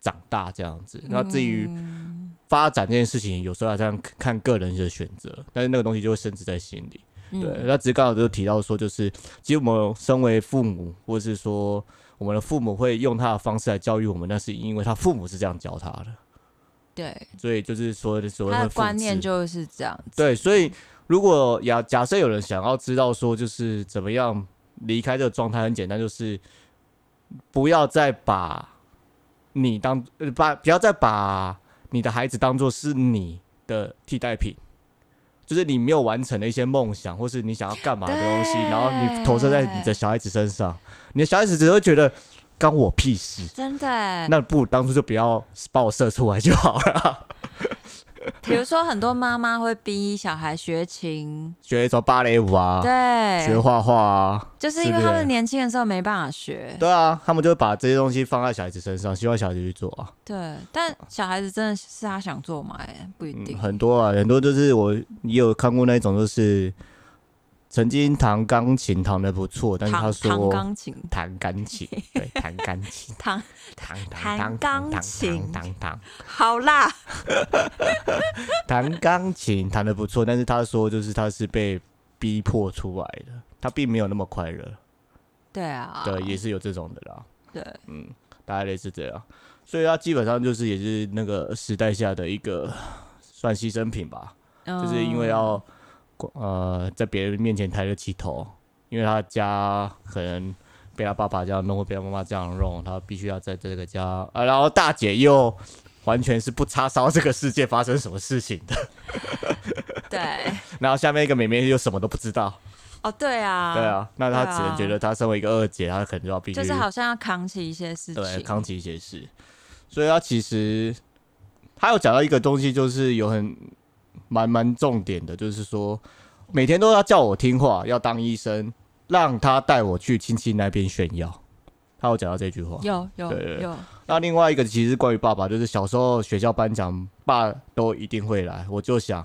S2: 长大这样子。那至于
S1: 嗯
S2: 发展这件事情，有时候好像看个人的选择，但是那个东西就会深植在心里。
S1: 嗯
S2: 对，那只是刚好就提到说，就是其实我们身为父母，或是说我们的父母会用他的方式来教育我们，那是因为他父母是这样教他的，
S1: 对，
S2: 所以就是说所谓
S1: 他
S2: 会
S1: 的
S2: 复
S1: 观
S2: 制
S1: 念就是这样子。嗯
S2: 对，所以如果假假设有人想要知道说，就是怎么样离开这个状态，很简单，就是不要再把你当呃把不要再把你的孩子当做是你的替代品，就是你没有完成的一些梦想，或是你想要干嘛的东西，然后你投射在你的小孩子身上，你的小孩子只会觉得干我屁事。
S1: 真的欸，
S2: 那不如当初就不要把我射出来就好 了，
S1: 比如说很多妈妈会逼小孩学琴，
S2: 学什么芭蕾舞啊，
S1: 对，
S2: 学画画啊，
S1: 就是因
S2: 之
S1: 为
S2: 类
S1: 他
S2: 的
S1: 们年轻的时候没办法学，
S2: 对啊，他们就会把这些东西放在小孩子身上，希望小孩子去做啊。
S1: 对，但小孩子真的是他想做嘛？哎，不一
S2: 嗯，
S1: 定。
S2: 很多啊，很多就是我也有看过那种，就是曾经弹钢琴弹的不错，但是他
S1: 弹弹
S2: 说
S1: 钢琴，
S2: 弹钢 琴，对，弹钢琴，
S1: 弹
S2: 弹
S1: 弹
S2: 弹
S1: 钢
S2: 弹
S1: 琴
S2: 弹弹
S1: 好啦，
S2: 弹钢琴弹的不错，但是他说就是他是被逼迫出来的，他并没有那么快乐，
S1: 对啊，
S2: 对，也是有这种的啦。
S1: 对
S2: 大概类似这样，所以他基本上就是也是那个时代下的一个算牺牲品吧，就是
S1: 嗯哦
S2: 因为要呃在别人面前抬得起头，因为他家可能被他爸爸这样弄，或被他妈妈这样弄，他必须要在这个家啊，然后大姐又完全是不插梢这个世界发生什么事情的，
S1: 嗯 对，
S2: 然后下面一个妹妹又什么都不知道，
S1: 哦，对啊，
S2: 对，啊，那他只能觉
S1: 对
S2: 得
S1: 啊
S2: 他身为一个二姐，他可能就要必须
S1: 就是好像要扛起一些事
S2: 对，
S1: 情，
S2: 康琪解释，所以他其实他有讲到一个东西，就是有很蛮蛮重点的，就是说每天都要叫我听话，要当医生，让他带我去亲戚那边炫耀。他有讲到这句话。
S1: 有有
S2: 对对
S1: 有，
S2: 那另外一个其实是关于爸爸，就是小时候学校颁奖，爸都一定会来。我就想，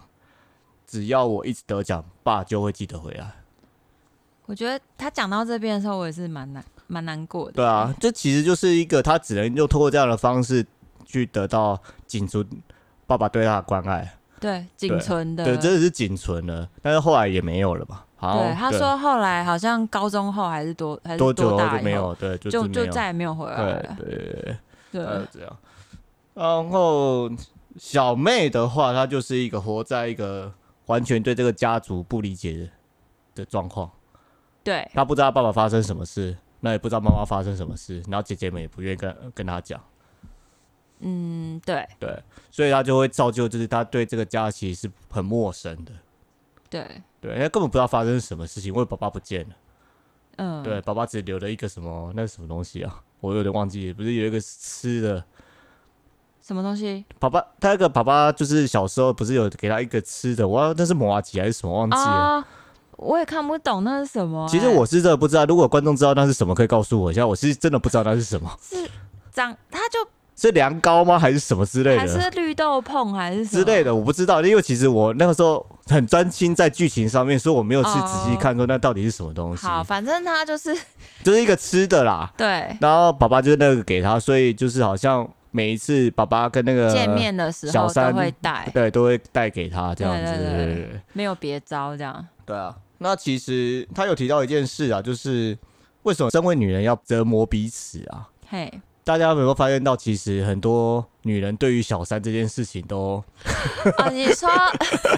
S2: 只要我一直得奖，爸就会记得回来。
S1: 我觉得他讲到这边的时候，我也是蛮难蛮难过的。
S2: 对啊，，这其实就是一个他只能就通过这样的方式去得到锦足爸爸对他的关爱。
S1: 对，仅
S2: 对
S1: 存的，
S2: 对，真的是仅存了，但是后来也没有了吧？好
S1: 对，他
S2: 像
S1: 说后来好像高中后还是多还是
S2: 多久
S1: 大
S2: 就没
S1: 以后，
S2: 有，对，就是
S1: 就
S2: 没有
S1: 就再也没有回来
S2: 对
S1: 了。
S2: 对对对，
S1: 对，
S2: 呃这样。然后小妹的话，她就是一个活在一个完全对这个家族不理解的的状况，
S1: 对
S2: 她不知道爸爸发生什么事，那也不知道妈妈发生什么事，然后姐姐们也不愿意跟跟她讲。
S1: 嗯，对
S2: 对，所以他就会造就，就是他对这个家其实是很陌生的，
S1: 对，
S2: 对，他根本不知道发生什么事情，因为爸爸不见了，
S1: 嗯，
S2: 对，爸爸只留了一个什么，那是什么东西啊？我有点忘记了，不是有一个吃的
S1: 什么东西？
S2: 爸爸，他那个爸爸就是小时候不是有给他一个吃的，我那是麻吉还是什么忘记了。
S1: 啊，我也看不懂那是什么欸、
S2: 其实我是真的不知道，如果观众知道那是什么，可以告诉我一下。我是真的不知道那是什么，
S1: 是长，它就是
S2: 凉糕吗？还是什么之类
S1: 还
S2: 的
S1: 是绿豆碰还是什
S2: 之
S1: 么
S2: 类的？我不知道，因为其实我那个时候很专心在剧情上面，所以我没有去仔细看说那到底是什么东西，
S1: 哦好，反正它就是
S2: 就是一个吃的啦。
S1: 对
S2: 然后爸爸就是那个给他，所以就是好像每一次爸爸跟那个
S1: 见面的时
S2: 小
S1: 候
S2: 三
S1: 都会带，
S2: 对，都会带给他这样子。
S1: 对对对
S2: 对对对
S1: 没有别招这样。
S2: 对啊，那其实他有提到一件事啊，就是为什么身为女人要折磨彼此啊？
S1: 嘿，
S2: 大家有没有发现到，其实很多女人对于小三这件事情都
S1: 啊，你说，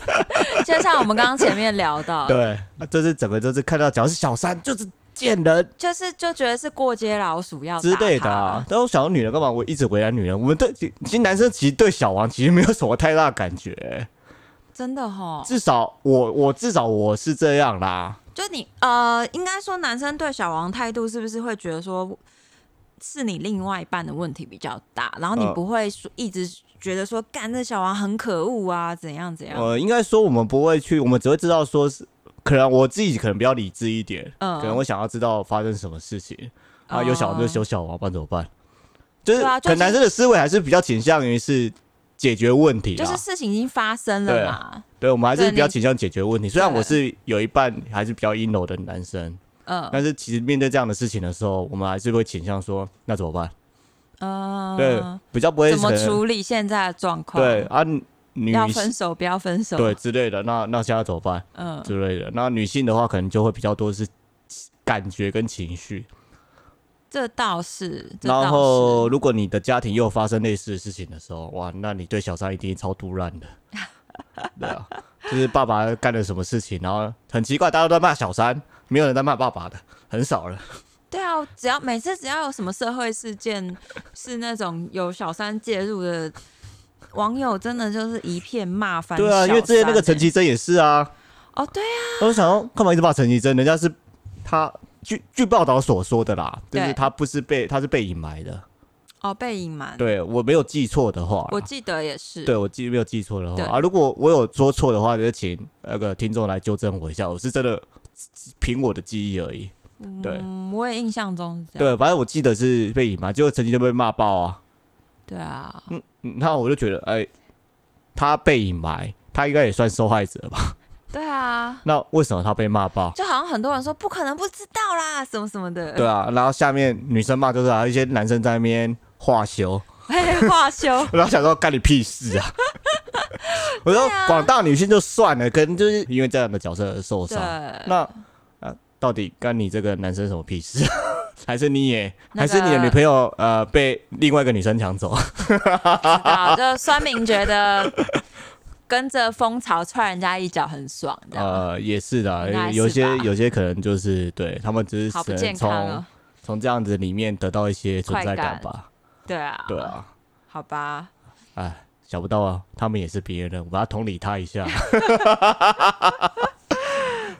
S1: 就像我们刚刚前面聊到，
S2: 对，啊就是整个就是看到只要是小三就是贱人
S1: 就是就觉得是过街老鼠要
S2: 之
S1: 打
S2: 类的
S1: 他
S2: 啊。但我想到女人干嘛？我一直为难女人。我们对其其实男生其实对小王其实没有什么太大感觉、
S1: 真的哈。
S2: 至少我我至少我是这样啦。
S1: 就你呃，应该说男生对小王态度是不是会觉得说，是你另外一半的问题比较大，然后你
S2: 呃
S1: 不会说一直觉得说干这小王很可恶啊，怎样怎样？
S2: 呃，应该说我们不会去，我们只会知道说是可能我自己可能比较理智一点，
S1: 嗯
S2: 可能我想要知道发生什么事情。啊，有小王就
S1: 哦
S2: 修小王，不然怎么办？就是、
S1: 对啊就
S2: 可能男
S1: 是
S2: 生的思维还是比较倾向于是解决问题啦，
S1: 就是事情已经发生了
S2: 对
S1: 嘛，
S2: 对我们还是
S1: 对
S2: 比较
S1: 你
S2: 倾向解决问题。虽然
S1: 对
S2: 我是有一半还是比较阴柔的男生，
S1: 嗯
S2: 但是其实面对这样的事情的时候，我们还是会倾向说那怎么办？
S1: 嗯，
S2: 对，比较不会
S1: 怎么
S2: 可能
S1: 处理现在的状况？
S2: 对，啊，女
S1: 要分手不要分手？
S2: 对，之类的，那那现在怎么办
S1: 嗯，
S2: 之类的？那女性的话，可能就会比较多是感觉跟情绪。
S1: 这倒是，这倒是
S2: 然后，如果你的家庭又发生类似的事情的时候，哇，那你对小三一定超突然的。 对啊，就是爸爸干了什么事情，然后很奇怪，大家都在骂小三，没有人在骂爸爸的，很少了。
S1: 对啊，只要每次只要有什么社会事件是那种有小三介入的，网友真的就是一片骂翻小三
S2: 对
S1: 欸、
S2: 啊，因为之前那个陈绮贞也是啊，
S1: 哦，对啊，
S2: 我想要干嘛一直骂陈绮贞？人家是她据据报道所说的啦，就是
S1: 对
S2: 她不是被她是被隐瞒的，
S1: 哦被隐瞒，
S2: 对我没有记错的话啦，
S1: 我记得也是，
S2: 对我记没有记错的话
S1: 对
S2: 啊，如果我有说错的话，就请那个听众来纠正我一下，我是真的凭我的记忆而已。对
S1: 嗯，我也印象中是这样，
S2: 对，反正我记得是被隐瞒，结果曾经就被骂爆啊。
S1: 对啊，
S2: 嗯那我就觉得，哎、他被隐瞒，他应该也算受害者吧？
S1: 对啊，
S2: 那为什么他被骂爆？
S1: 就好像很多人说不可能不知道啦，什么什么的，
S2: 对啊，然后下面女生骂就是啊，一些男生在那边化修，
S1: 嘿，话休，
S2: 然后想说干你屁 事啊！我说
S1: 对啊
S2: 广大女性就算了，可能就是因为这样的角色而受
S1: 对
S2: 伤。，那啊，到底干你这个男生什么屁事？ 还是你也，
S1: 那
S2: 还是你的
S1: 个
S2: 女朋友呃被另外一个女生抢 走？
S1: 啊，就酸民觉得跟着风潮踹人家一脚很爽，这样、
S2: 呃，也是的，
S1: 啊应该
S2: 有
S1: 是
S2: 些
S1: 吧
S2: 有些可能就是对他们只是
S1: 好不
S2: 只
S1: 健
S2: 能
S1: 康
S2: 从
S1: 哦，
S2: 从这样子里面得到一些存
S1: 快
S2: 在感
S1: 感
S2: 吧。
S1: 对啊，
S2: 对，啊，
S1: 好吧。
S2: 哎，想不到啊，他们也是别人，我要同理他 一下。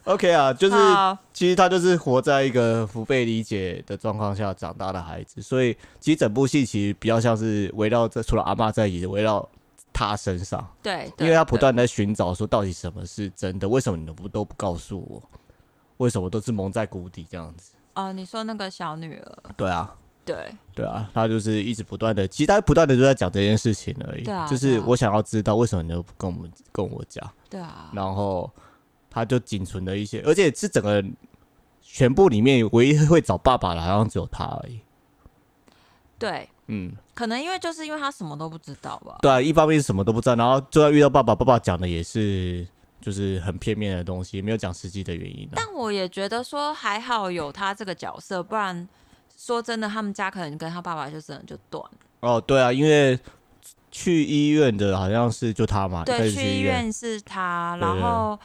S2: OK 啊，就是
S1: 好
S2: 其实他就是活在一个不被理解的状况下长大的孩子，所以其实整部戏其实比较像是围绕着除了阿嬷在以围绕他身上，
S1: 对，
S2: 因
S1: 对
S2: 为他不断地在寻找说到底什么是真的，为什么你都不都不告诉我，为什么都是蒙在鼓底这样子？
S1: 对哦，你说那个小女儿，
S2: 对啊，
S1: 对
S2: 对啊，他就是一直不断的，其实他不断的就在讲这件事情而已，
S1: 对啊
S2: 就是
S1: 对啊
S2: 我想要知道为什么你都不跟我们跟我讲。
S1: 对啊，
S2: 然后他就仅存的一些，而且是整个全部里面唯一会找爸爸的，好像只有他而已。
S1: 对，
S2: 嗯，
S1: 可能因为就是因为她什么都不知道吧，
S2: 对啊，一方面是什么都不知道，然后就算遇到爸爸，爸爸讲的也是就是很片面的东西，没有讲实际的原因、啊。
S1: 但我也觉得说还好有她这个角色，不然说真的，他们家可能跟她爸爸就真的就断了。
S2: 哦，对啊，因为去医院的好像是就他嘛，一啊开
S1: 对，
S2: 始
S1: 去
S2: 去
S1: 医。院是她，
S2: 对
S1: 然
S2: 对
S1: 后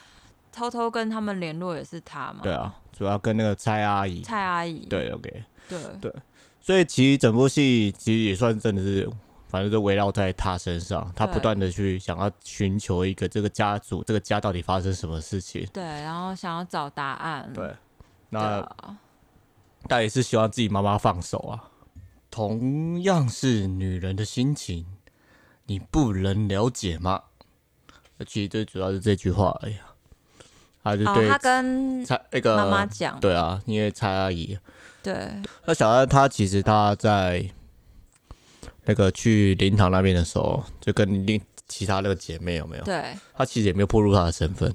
S1: 偷偷跟他们联络也是她嘛，
S2: 对啊，主要跟那个蔡阿姨。
S1: 蔡阿姨，
S2: 对，OK。
S1: 对
S2: 所以其实整部戏其实也算真的是，反正就围绕在他身上，他
S1: 对
S2: 不断的去想要寻求一个这个家族，这个家到底发生什么事情。
S1: 对，然后想要找答案，
S2: 对，
S1: 对
S2: 那
S1: 啊
S2: 他也是希望自己妈妈放手啊，同样是女人的心情，你不能了解吗？那其实最主要是这句话而已啊。他就
S1: 哦，
S2: 对
S1: 他跟
S2: 蔡那个
S1: 妈妈讲，
S2: 对啊，因为蔡阿姨，
S1: 对，
S2: 那小安他其实他在那个去灵堂那边的时候，就跟另其他那个姐妹有没有？
S1: 对，
S2: 他其实也没有暴露他的身份，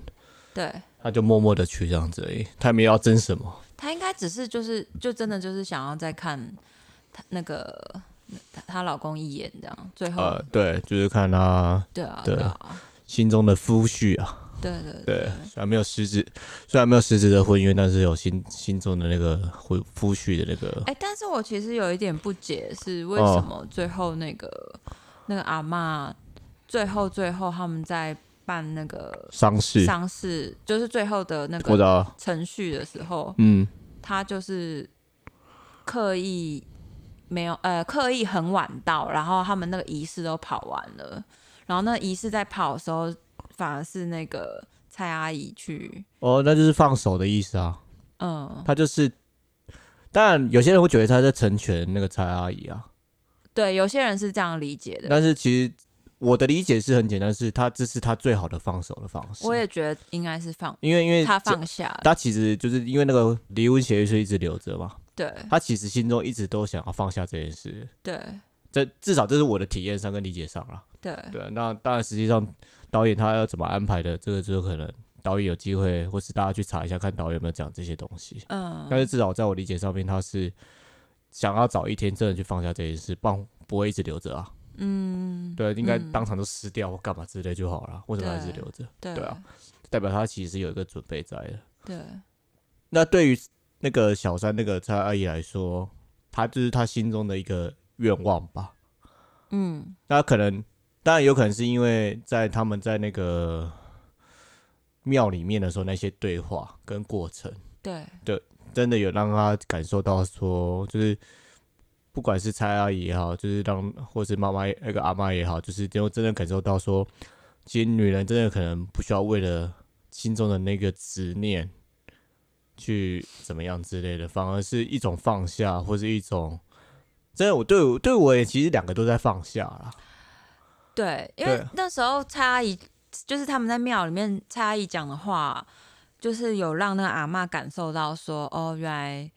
S1: 对，
S2: 他就默默的去这样子而已，他也没有要争什么。
S1: 他应该只是就是就真的就是想要再看她那个她她老公一眼这样，最后、
S2: 呃，对，就是看他
S1: 对啊，
S2: 对
S1: 对啊，
S2: 心中的夫婿啊，
S1: 对对
S2: 对，虽然没有实质，虽然没有实质的婚约，但是有心心中的那个夫夫婿的那个
S1: 哎、但是我其实有一点不解，是为
S2: 哦
S1: 什么最后那个、那个阿嬷最后最后他们在办那个
S2: 丧事，
S1: 丧事，就是最后的那
S2: 我知
S1: 个
S2: 道，
S1: 程序的时候，
S2: 嗯，
S1: 他就是刻意没有呃刻意很晚到，然后他们那个仪式都跑完了，然后那个仪式在跑的时候，反而是那个蔡阿姨去，
S2: 哦，那就是放手的意思啊，
S1: 嗯，
S2: 他就是，当然有些人会觉得他在成全那个蔡阿姨啊，
S1: 对，有些人是这样理解的，
S2: 但是其实我的理解是很简单，是他这是他最好的放手的方式。
S1: 我也觉得应该是放。
S2: 因为因为
S1: 他
S2: 这
S1: 放下了，
S2: 他其实就是因为那个离婚协议是一直留着嘛，
S1: 对
S2: 他其实心中一直都想要放下这件事，
S1: 对
S2: 这至少这是我的体验上跟理解上啦。
S1: 对
S2: 对啊，那当然实际上导演他要怎么安排的，这个就可能导演有机会，或是大家去查一下看导演有没有讲这些东西。
S1: 嗯，
S2: 但是至少在我理解上面，他是想要早一天真的去放下这件事，不然不会一直留着啊。嗯，对，应该
S1: 嗯
S2: 当场就撕掉或干嘛之类就好了，为什么还是留着？
S1: 对
S2: 对啊代表他其实有一个准备在的。
S1: 对
S2: 那对于那个小三那个蔡阿姨来说，她就是她心中的一个愿望吧。
S1: 嗯，
S2: 那可能当然有可能是因为在他们在那个庙里面的时候那些对话跟过程，
S1: 对
S2: 真的有让他感受到说，就是不管是蔡阿姨也好，就是让或是妈妈也那个阿妈也好，就是就真的感受到说，其实女人真的可能不需要为了心中的那个执念去怎么样之类的，反而是一种放下，或是一种真的我对我对我也其实两个都在放下啦。
S1: 对，因为
S2: 对
S1: 那时候蔡阿姨就是他们在庙里面，蔡阿姨讲的话，就是有让那个阿嬷感受到说，哦，原来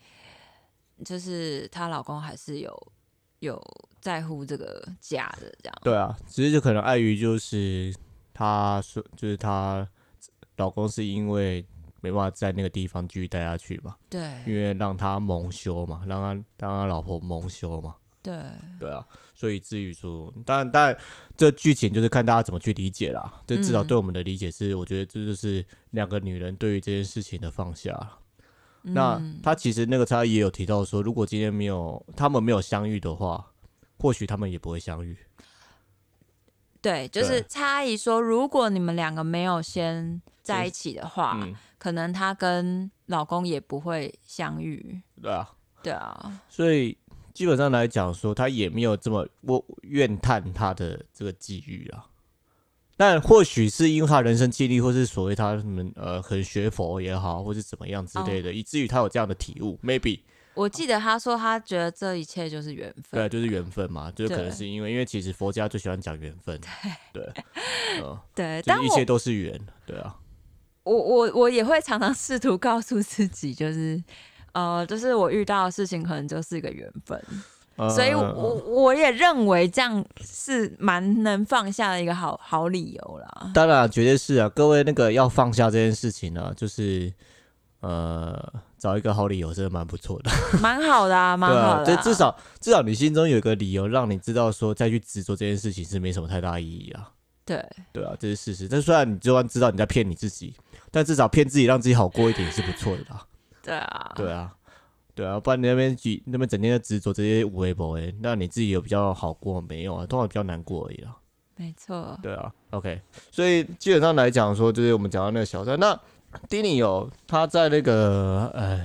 S1: 就是她老公还是有有在乎这个家的这样，
S2: 对啊，只是就可能碍于就是她说，就是她老公是因为没办法在那个地方继续待下去嘛，
S1: 对
S2: 因为让他蒙羞嘛，让他让他老婆蒙羞嘛，
S1: 对
S2: 对啊，所以至于说，当然当然这剧情就是看大家怎么去理解啦。这至少
S1: 嗯
S2: 对我们的理解是，我觉得这就是两个女人对于这件事情的放下啦。那他其实那个他也有提到说，如果今天没有他们没有相遇的话，或许他们也不会相遇。
S1: 对，就是蔡阿姨说，如果你们两个没有先在一起的话，
S2: 嗯，
S1: 可能她跟老公也不会相遇，
S2: 对啊。
S1: 对啊，
S2: 所以基本上来讲说，他也没有这么我怨叹他的这个际遇啊。但或许是因为他人生经历，或是所谓他什么呃，可能学佛也好，或是怎么样之类的，
S1: 哦
S2: 以至于他有这样的体悟，maybe
S1: 我记得他说，他觉得这一切就是缘分。
S2: 对，啊就是缘分嘛，就是可能
S1: 对
S2: 是因为，因为其实佛家最喜欢讲缘分，对，嗯，
S1: 对，
S2: 就
S1: 但
S2: 是一
S1: 我
S2: 切都是缘，对啊，
S1: 我我我也会常常试图告诉自己，就是呃，就是我遇到的事情可能就是一个缘分， 所以我
S2: 嗯
S1: 我我也认为这样是蛮能放下的一个好好理由啦。
S2: 当然，绝对是啊！各位那个要放下这件事情呢、就是呃，找一个好理由真的蛮不错的，
S1: 蛮好的 啊，蛮
S2: 对
S1: 好
S2: 啊，
S1: 的
S2: 这
S1: 啊、
S2: 至少至少你心中有一个理由，让你知道说再去执着这件事情是没什么太大意义啊。
S1: 对
S2: 对啊，这是事实。但虽然你就算知道你在骗你自己，但至少骗自己让自己好过一点也是不错的啦。
S1: 对啊，
S2: 对啊，对啊，不然你那边举那边整天在执着这些无为不为，那你自己有比较好过没有啊？通常比较难过而已啦。
S1: 没错。
S2: 对啊，OK，所以基本上来讲说，就是我们讲到那个小三，那丁尼有他在那个呃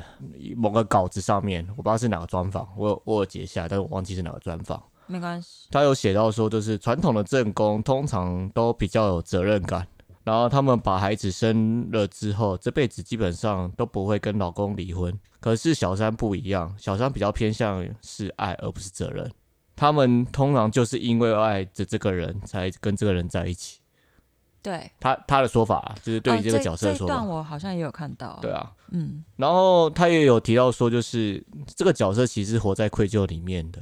S2: 某个稿子上面，我不知道是哪个专访，我有我有截下来，但是我忘记是哪个专访，
S1: 没关系，
S2: 他有写到说，就是传统的正宫通常都比较有责任感，然后他们把孩子生了之后，这辈子基本上都不会跟老公离婚。可是小三不一样，小三比较偏向是爱而不是责任。他们通常就是因为爱着这个人才跟这个人在一起。
S1: 对，
S2: 他他的说法啊就是对于
S1: 哦
S2: 这个角色的
S1: 这
S2: 说
S1: 一
S2: 法，
S1: 段我好像也有看到，
S2: 对，啊。
S1: 嗯，
S2: 然后他也有提到说，就是这个角色其实活在愧疚里面的，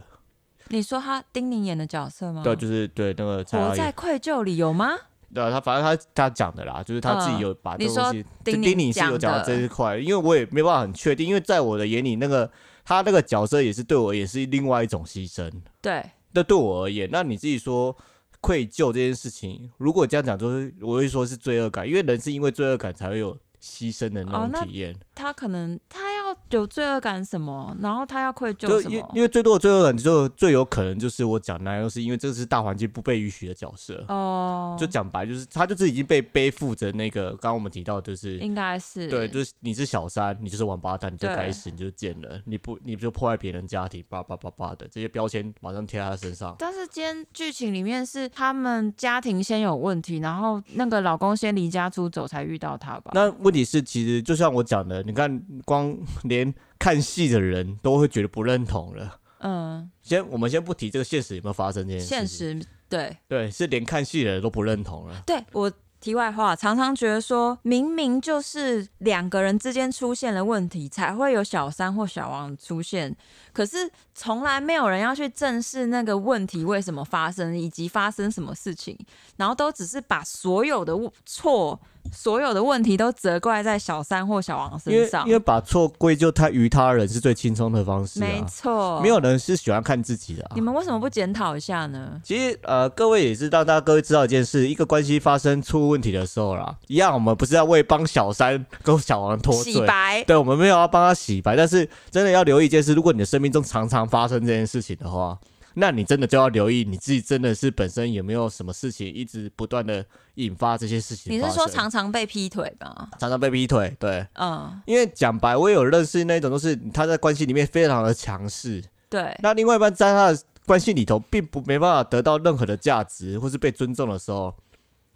S1: 你说他丁宁演的角色吗？
S2: 对，啊就是对那个蔡
S1: 嗯活
S2: 阿
S1: 在
S2: 姨，
S1: 愧疚里有吗？
S2: 对啊，他反正他他讲的啦，就是他自己
S1: 嗯
S2: 有把这
S1: 你
S2: 个
S1: 说
S2: 东西，就
S1: 丁
S2: 丁
S1: 宁
S2: 宁是有
S1: 讲
S2: 讲到
S1: 的
S2: 这一块，因为我也没办法很确定，因为在我的眼里，那个他那个角色也是对我也是另外一种牺牲。
S1: 对，
S2: 那对我而言，那你自己说愧疚这件事情，如果这样讲，就是我会说是罪恶感，因为人是因为罪恶感才会有牺牲的那
S1: 哦那
S2: 种体验。
S1: 他可能他要有罪恶感什么，然后他要愧疚
S2: 就
S1: 什
S2: 因
S1: 么，
S2: 因为最多的罪恶感，就最有可能就是我讲那又是因为这是大环境不被允许的角色。
S1: 哦，
S2: 就讲白，就是他就是已经被背负着那个，刚刚我们提到就是。
S1: 应该是
S2: 对，就是你是小三，你就是王八蛋，你就
S1: 对
S2: 该死，你就是贱人，你不你就破坏别人家庭，叭叭叭叭的这些标签马上贴在他身上。
S1: 但是今天剧情里面是他们家庭先有问题，然后那个老公先离家出走才遇到他吧？
S2: 那问题是，其实就像我讲的，你看光 连看戏的人都会觉得不认同了。
S1: 嗯，
S2: 先我们先不提这个现实有没有发生这件事情，
S1: 现实对
S2: 对是连看戏的人都不认同了。
S1: 对，我题外话，常常觉得说明明就是两个人之间出现了问题，才会有小三或小王出现，可是从来没有人要去正视那个问题为什么发生，以及发生什么事情，然后都只是把所有的错、所有的问题都责怪在小三或小王
S2: 因
S1: 身
S2: 为
S1: 上
S2: 因。为把错归咎他于他人是最轻松的方式
S1: 没
S2: 啊，
S1: 错，
S2: 没有人是喜欢看自己的、啊
S1: 你。们为什么不检讨一下呢？
S2: 其实呃，各位也是让大家各位知道一件事：一个关系发生出问题的时候啦，一样我们不是在为帮小三跟小王脱
S1: 洗
S2: 罪。
S1: 白，
S2: 对，我们没有要帮他洗白，但是真的要留意一件事：如果你的生命中常常发生这件事情的话，那你真的就要留意你自己真的是本身有没有什么事情一直不断的引发这些事情
S1: 你
S2: 发
S1: 是
S2: 生。
S1: 说常常被劈腿吗？
S2: 常常被劈腿？对，
S1: 嗯，
S2: 因为讲白，我也有认识那种，都是他在关系里面非常的强势，
S1: 对，
S2: 那另外一半在他的关系里头，并不没办法得到任何的价值或是被尊重的时候，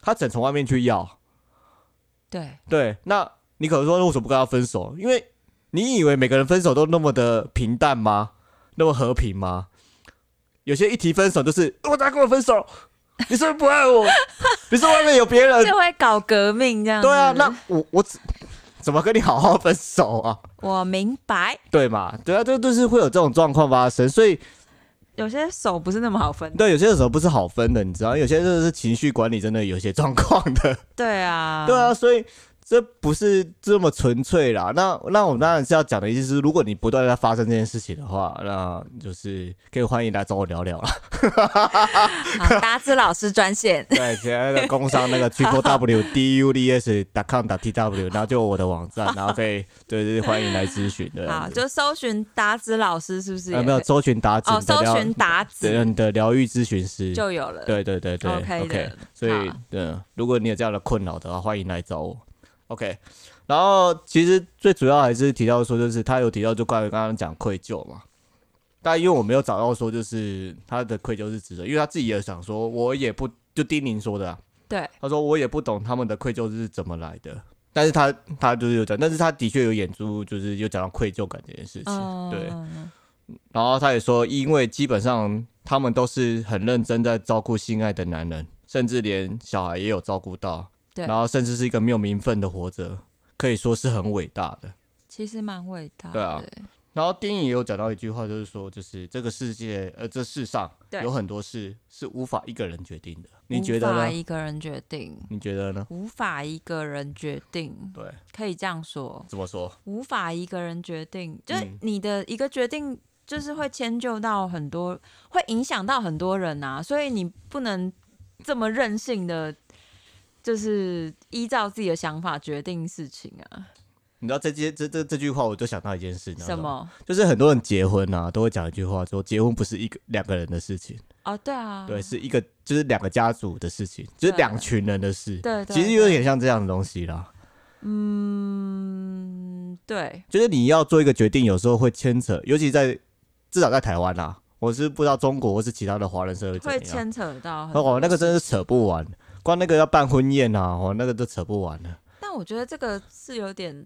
S2: 他只能从外面去要。
S1: 对，
S2: 对，那你可能说为什么不跟他分手？因为你以为每个人分手都那么的平淡吗？那么和平吗？有些一提分手就是哦我咋跟我分手？你是不是不 爱我？你是不是外面有别人？
S1: 就会搞革命这样子。
S2: 呃对啊，那我我怎怎么跟你好好分手啊？
S1: 我明白，
S2: 对嘛？对啊，这就是会有这种状况发生，所以
S1: 有些手不是那么好分。
S2: 对，有些时候不是好分的，你知道，有些真的是情绪管理真的有些状况的。
S1: 对啊，
S2: 对 啊，所以这不是这么纯粹啦。那那我们当然是要讲的意思是，如果你不断地在发生这件事情的话，那就是可以欢迎来找我聊聊啦。，
S1: 好，达子老师专线
S2: 对，现在的工商那 个 triple w d u d s com t w，然后就有我的网站，然后可以对对对欢迎来咨询的。
S1: 好，就搜寻达子老师是不是也
S2: 啊
S1: 可以？
S2: 没有搜寻达子
S1: 哦，
S2: 你的
S1: 搜
S2: 疗，
S1: 寻达
S2: 对
S1: 子
S2: 你的疗愈咨询师。
S1: 就有了。
S2: 对对对对
S1: OK 的
S2: 所以
S1: 好
S2: 嗯，如果你有这样的困扰的话，欢迎来找我。OK，然后其实最主要还是提到说，就是他有提到就关于刚刚讲愧疚嘛，但因为我没有找到说就是他的愧疚是指的，因为他自己也想说，我也不就丁宁说的、啊，
S1: 对，
S2: 他说我也不懂他们的愧疚是怎么来的。但是他他就是有讲，但是他的确有演出，就是有讲到愧疚感这件事情，
S1: 嗯，
S2: 对。然后他也说，因为基本上他们都是很认真在照顾性爱的男人，甚至连小孩也有照顾到，
S1: 对
S2: 然后甚至是一个没有名分的活着，可以说是很伟大的。
S1: 其实蛮伟大的。
S2: 对啊然后丁颖也有讲到一句话，就是说，就是这个世界，呃，这世上
S1: 对
S2: 有很多事是无法一个人决定的，你
S1: 无
S2: 觉得
S1: 法
S2: 呢？
S1: 一个人决定，
S2: 你觉得呢？
S1: 无法一个人决定，
S2: 对，
S1: 可以这样说。
S2: 怎么说？
S1: 无法一个人决定，就是
S2: 嗯
S1: 你的一个决定，就是会迁就到很多，会影响到很多人啊，所以你不能这么任性的，就是依照自己的想法决定事情啊。
S2: 你知道这些这这这句话，我就想到一件事，你知道
S1: 什
S2: 吗？
S1: 么？
S2: 就是很多人结婚啊，都会讲一句话，说结婚不是一个两个人的事情。
S1: 哦，对啊，
S2: 对，是一个就是两个家族的事情，就是
S1: 对
S2: 两群人的事。
S1: 对对
S2: 其实有点像这样的东西啦。
S1: 嗯，对，
S2: 就是你要做一个决定，有时候会牵扯，尤其在至少在台湾啦，我是不知道中国或是其他的华人社会怎么
S1: 会
S2: 样。
S1: 牵扯到很
S2: 哦，那个真的是扯不完。光那个要办婚宴啊，哦，那个都扯不完了。
S1: 但我觉得这个是有点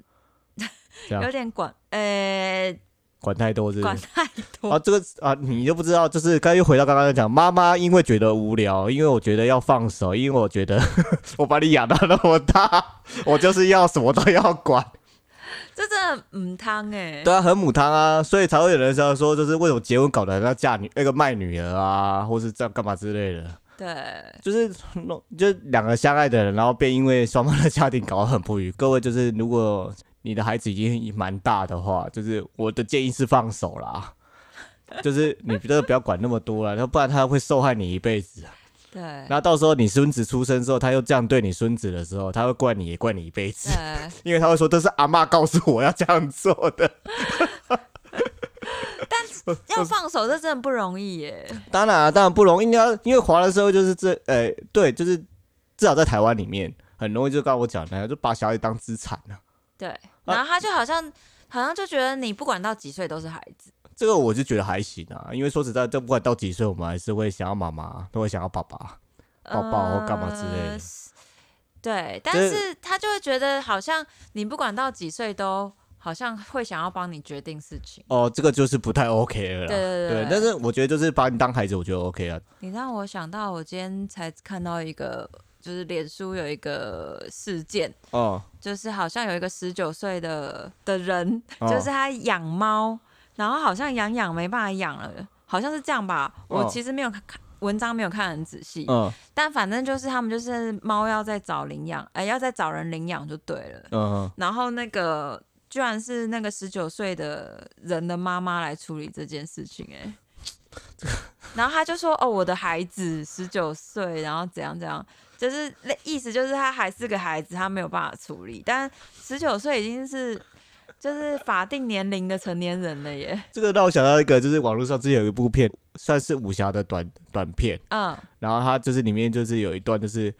S2: 这 样
S1: 有点管，呃、
S2: 管太多是不
S1: 管
S2: 是
S1: 太多。
S2: 啊，这个啊，你就不知道，就是刚又回到刚刚讲，妈妈因为觉得无聊，因为我觉得要放手，因为我觉得 我把你养到那么大，我就是要什么都要管，
S1: 这真的母汤哎、
S2: 对啊，很母汤啊，所以才会有人这样说，就是为什么结婚搞得要嫁女那个卖女儿啊，或是这样干嘛之类的，
S1: 对，
S2: 就是弄就是两个相爱的人，然后便因为双方的家庭搞得很不愉。各位就是如果你的孩子已经蛮大的话，就是我的建议是放手 啦，就是你真的不要管那么多了，要不然他会受害你一辈子。啊
S1: 对，
S2: 那到时候你孙子出生之后，他又这样对你孙子的时候，他会怪你也怪你一辈子。
S1: 对。
S2: 因为他会说这是阿嬷告诉我要这样做的。
S1: 要放手，这真的不容易耶。
S2: 当然、啊，当然不容易，你要因为华人社会就是这，呃、对，就是至少在台湾里面，很容易就刚我讲的那样，就把小孩当资产啊了、
S1: 对，然后他就好像、好像就觉得你不管到几岁都是孩子。
S2: 这个我就觉得还行啊，因为说实在，这不管到几岁，我们还是会想要妈妈，都会想要爸爸。抱抱或干嘛之类的
S1: 呃是对，但
S2: 这
S1: 是他就会觉得好像你不管到几岁都好像会想要帮你决定事情。
S2: 哦，这个就是不太 OK 了啦。
S1: 对对对对
S2: 但是我觉得就是把你当孩子，我觉得 OK 啊。
S1: 你让我想到，我今天才看到一个，就是脸书有一个事件，
S2: 哦，
S1: 就是好像有一个十九岁的的人，
S2: 哦
S1: 就是他养猫，然后好像养养没办法养了，好像是这样吧。我
S2: 哦
S1: 其实没有看看文章，没有看得很仔细，
S2: 嗯
S1: 但反正就是他们就是猫要再找领养，哎、要再找人领养就对了。
S2: 嗯，
S1: 然后那个居然是那个十九岁的人的妈妈来处理这件事情、哎。然后他就说：“哦，我的孩子十九岁，然后怎样怎样，就是那意思就是他还是个孩子，他没有办法处理。但十九岁已经是就是法定年龄的成年人了耶。
S2: 这个让我想到一个，就是网络上之前有一部片，算是武侠的短短片，
S1: 嗯，
S2: 然后它就是里面就是有一段就是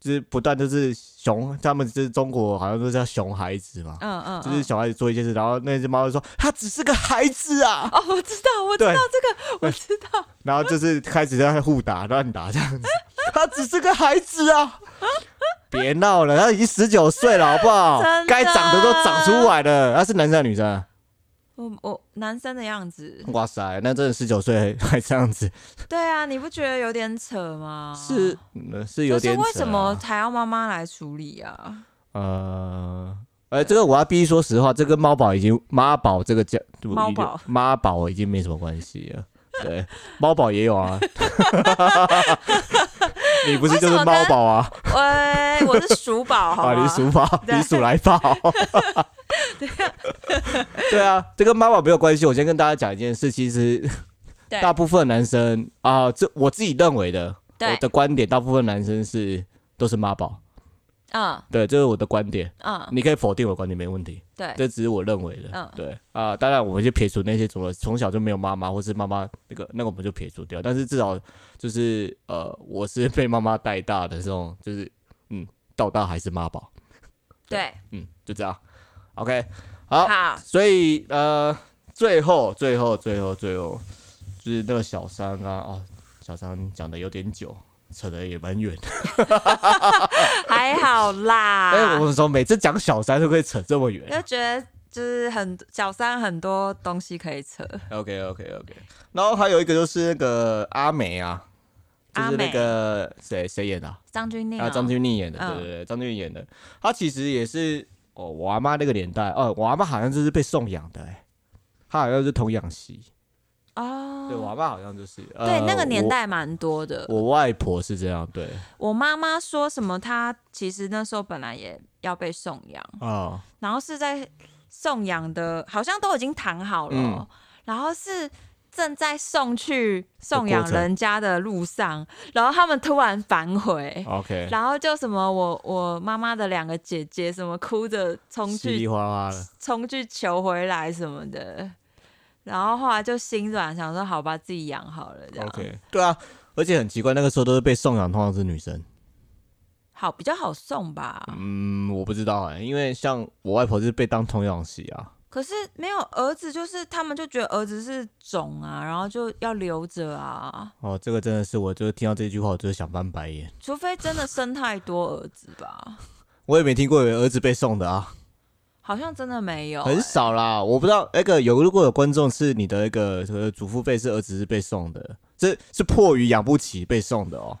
S2: 就是不断就是熊，他们就是中国好像都叫熊孩子嘛，
S1: 嗯嗯，
S2: 就是
S1: 嗯
S2: 小孩子做一件事，然后那只猫就说它只是个孩子啊，
S1: 哦，我知道，我知
S2: 对
S1: 道这个，我 知道。
S2: 然后就是开始在互打乱打这 样子，它只是个孩子啊。别闹了，他已经十九岁了，好不 好
S1: 真的？
S2: 该长的都长出来了。他是男生还是女生啊？
S1: 我我男生的样子，
S2: 哇塞，那真的十九岁还还这样子，
S1: 对啊，你不觉得有点扯吗？
S2: 是、嗯是有
S1: 就
S2: 点、
S1: 是
S2: 扯啊。
S1: 为什么还要妈妈来处理啊？
S2: 呃，呃，这个我要必须说实话，这跟猫宝已经妈宝这个家
S1: 猫宝
S2: 妈宝已经没什么关 系了。对，猫宝也有啊，你不是就是猫宝啊？
S1: 喂，我是鼠宝，好
S2: 啊，
S1: 吗？
S2: 你属宝，
S1: 哦对啊
S2: 你属来 宝。对啊，这跟妈宝没有关系。我先跟大家讲一件事，其实
S1: 对
S2: 大部分男生啊、这我自己认为的，
S1: 对
S2: 我的观点，大部分男生是都是妈宝。
S1: 嗯
S2: 对，这是我的观点，
S1: 嗯，
S2: 你可以否定我的观点没问题。
S1: 对，
S2: 这只是我认为的。
S1: 嗯
S2: 对啊、当然我们就撇除那些从从小就没有妈妈，或是妈妈那个那个我们就撇除掉。但是至少就是呃，我是被妈妈带大的这种，就是嗯，到大还是妈宝，
S1: 对，
S2: 嗯，就这样。OK，好，
S1: 好，
S2: 所以呃，最后最后最后最后就是那个小三啊，哦，小三讲的有点久。扯的也蛮远，
S1: 还好啦。
S2: 哎、我们说每次讲小三都可以扯这么远，
S1: 就觉得就是很小三很多东西可以扯，
S2: OK OK OK，然后还有一个就是那个阿美啊，就
S1: 阿
S2: 是那
S1: 美
S2: 个谁谁演的啊？
S1: 张钧甯
S2: 啊，张钧甯演的，
S1: 嗯
S2: 对对对，张钧甯演的，他其实也是哦，我阿妈那个年代，哦，我阿妈好像就是被送养的、欸，她好像是童养媳，对我
S1: 哦，
S2: 阿妈好像就是，
S1: 对
S2: 呃，
S1: 那个年代蛮多的。
S2: 我，我外婆是这样，对，
S1: 我妈妈说什么，她其实那时候本来也要被送养。
S2: 啊、
S1: 然后是在送养的，好像都已经谈好了哦、然后是正在送去送养人家的路上，然后他们突然反悔。
S2: o k
S1: 然后就什么我我妈妈的两个姐姐什么哭着冲
S2: 稀里
S1: 去
S2: 哗啦的，
S1: 冲去求回来什么的，然后后来就心软想说好吧自己养好了这样
S2: OK，对啊，而且很奇怪，那个时候都是被送养，通常是女生。
S1: 好比较好送吧，
S2: 嗯欸嗯，我不知道哎、因为像我外婆是被当童养媳啊，
S1: 可是没有儿子，就是他们就觉得儿子是种啊，然后就要留着啊，
S2: 哦，这个真的是我就是听到这句话，我就是想翻白眼。
S1: 除非真的生太多儿子吧，
S2: 我也没听过有儿子被送的啊，
S1: 好像真的没有、
S2: 很
S1: 欸
S2: 少啦。我不知道那个有如果有观众是你的那个呃祖父辈是儿子是被送的，这是迫于养不起被送的哦，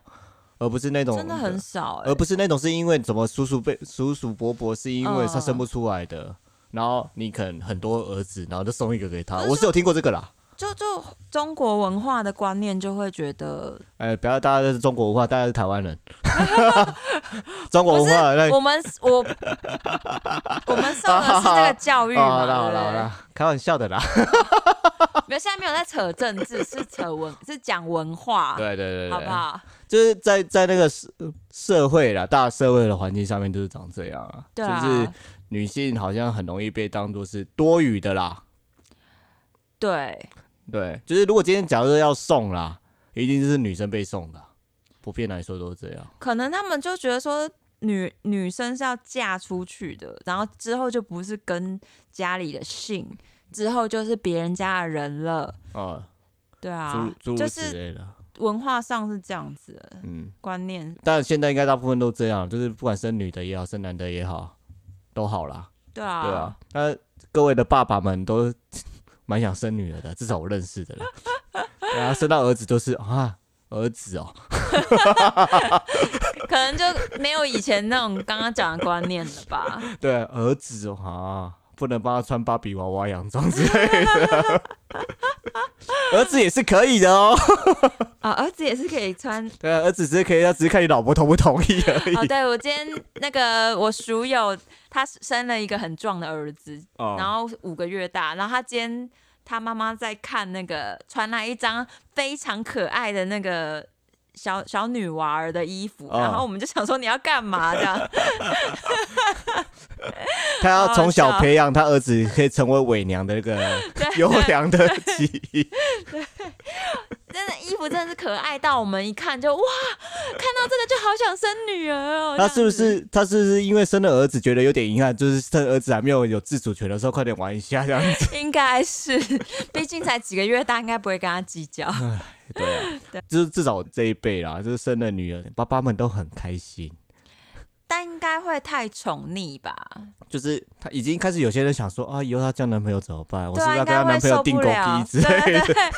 S2: 而不是那种
S1: 真的很少、欸
S2: 而。不是那种是因为怎么叔叔被叔叔伯伯是因为他
S1: 嗯
S2: 生不出来的，然后你可能很多儿子，然后就送一个给他。
S1: 可是
S2: 我是有听过这个啦。
S1: 就就中国文化的观念就会觉得，
S2: 哎、不要大家都是中国文化，大家是台湾 人。中国文化那
S1: 我们 我我们受的是这个教育嘛，
S2: 啊好啦好啦
S1: 对
S2: 好
S1: 不对？
S2: 啦，开玩笑的啦。
S1: 没有，现在没有在扯政治，是扯 文，是讲文化，
S2: 对对对
S1: 好不好？
S2: 就是在在那个社社会啦，大社会的环境上面就是长这样啊，
S1: 对啊，
S2: 就是女性好像很容易被当做是多余的啦。
S1: 对，
S2: 对，就是如果今天假设要送啦，一定是女生被送的啊，普遍来说都是这样。
S1: 可能他们就觉得说女女生是要嫁出去的，然后之后就不是跟家里的姓，之后就是别人家的人了。
S2: 呃，
S1: 对啊
S2: 诸诸，如
S1: 就
S2: 此
S1: 是
S2: 类的，
S1: 文化上是这样子的
S2: 嗯，
S1: 观念，
S2: 但现在应该大部分都这样，就是不管生女的也好，生男的也好，都好啦，
S1: 对啊，
S2: 对啊。那各位的爸爸们都蛮想生女儿的，至少我认识 的啦。对啊，生到儿子都是啊，儿子哦，
S1: 可能就没有以前那种刚刚讲的观念了 吧？
S2: 对，儿子哦啊，不能帮他穿芭比娃娃洋装之类的， 儿子也是可以的哦。
S1: 啊，儿子也是可以穿。
S2: 对啊，儿子只是可以，他只是看你老婆同不同意而
S1: 哦，
S2: 已。
S1: 对我今天那个我熟友，他生了一个很壮的儿子，
S2: 哦
S1: 然后五个月大，然后他今天他妈妈在看那个传来一张非常可爱的那个小小女娃儿的衣服，
S2: 哦
S1: 然后我们就想说你要干嘛这样？
S2: 他要从
S1: 好
S2: 小
S1: 好笑
S2: 培养他儿子可以成为伪娘的 那个优良的记忆。
S1: 真的衣服真的是可爱到我们一看就哇，看到这个就好想生女儿哦。
S2: 他
S1: 这
S2: 是不
S1: 样子
S2: 是他是不是因为生了儿子觉得有点遗憾，就是趁儿子还没有有自主权的时候，快点玩一下这样子？
S1: 应该是？毕竟才几个月大，应该不会跟他计较。
S2: 对啊，就是至少这一辈啦，就是生了女儿，爸爸们都很开心。
S1: 但应该会太宠溺吧？
S2: 就是他已经开始有些人想说啊，以后他交男朋友怎么办？我
S1: 对
S2: 是
S1: 啊，
S2: 不是
S1: 应
S2: 要跟
S1: 该
S2: 他
S1: 会
S2: 男朋
S1: 受
S2: 友订
S1: 不
S2: 狗
S1: 了。
S2: 逼之类的？
S1: 对对
S2: 啊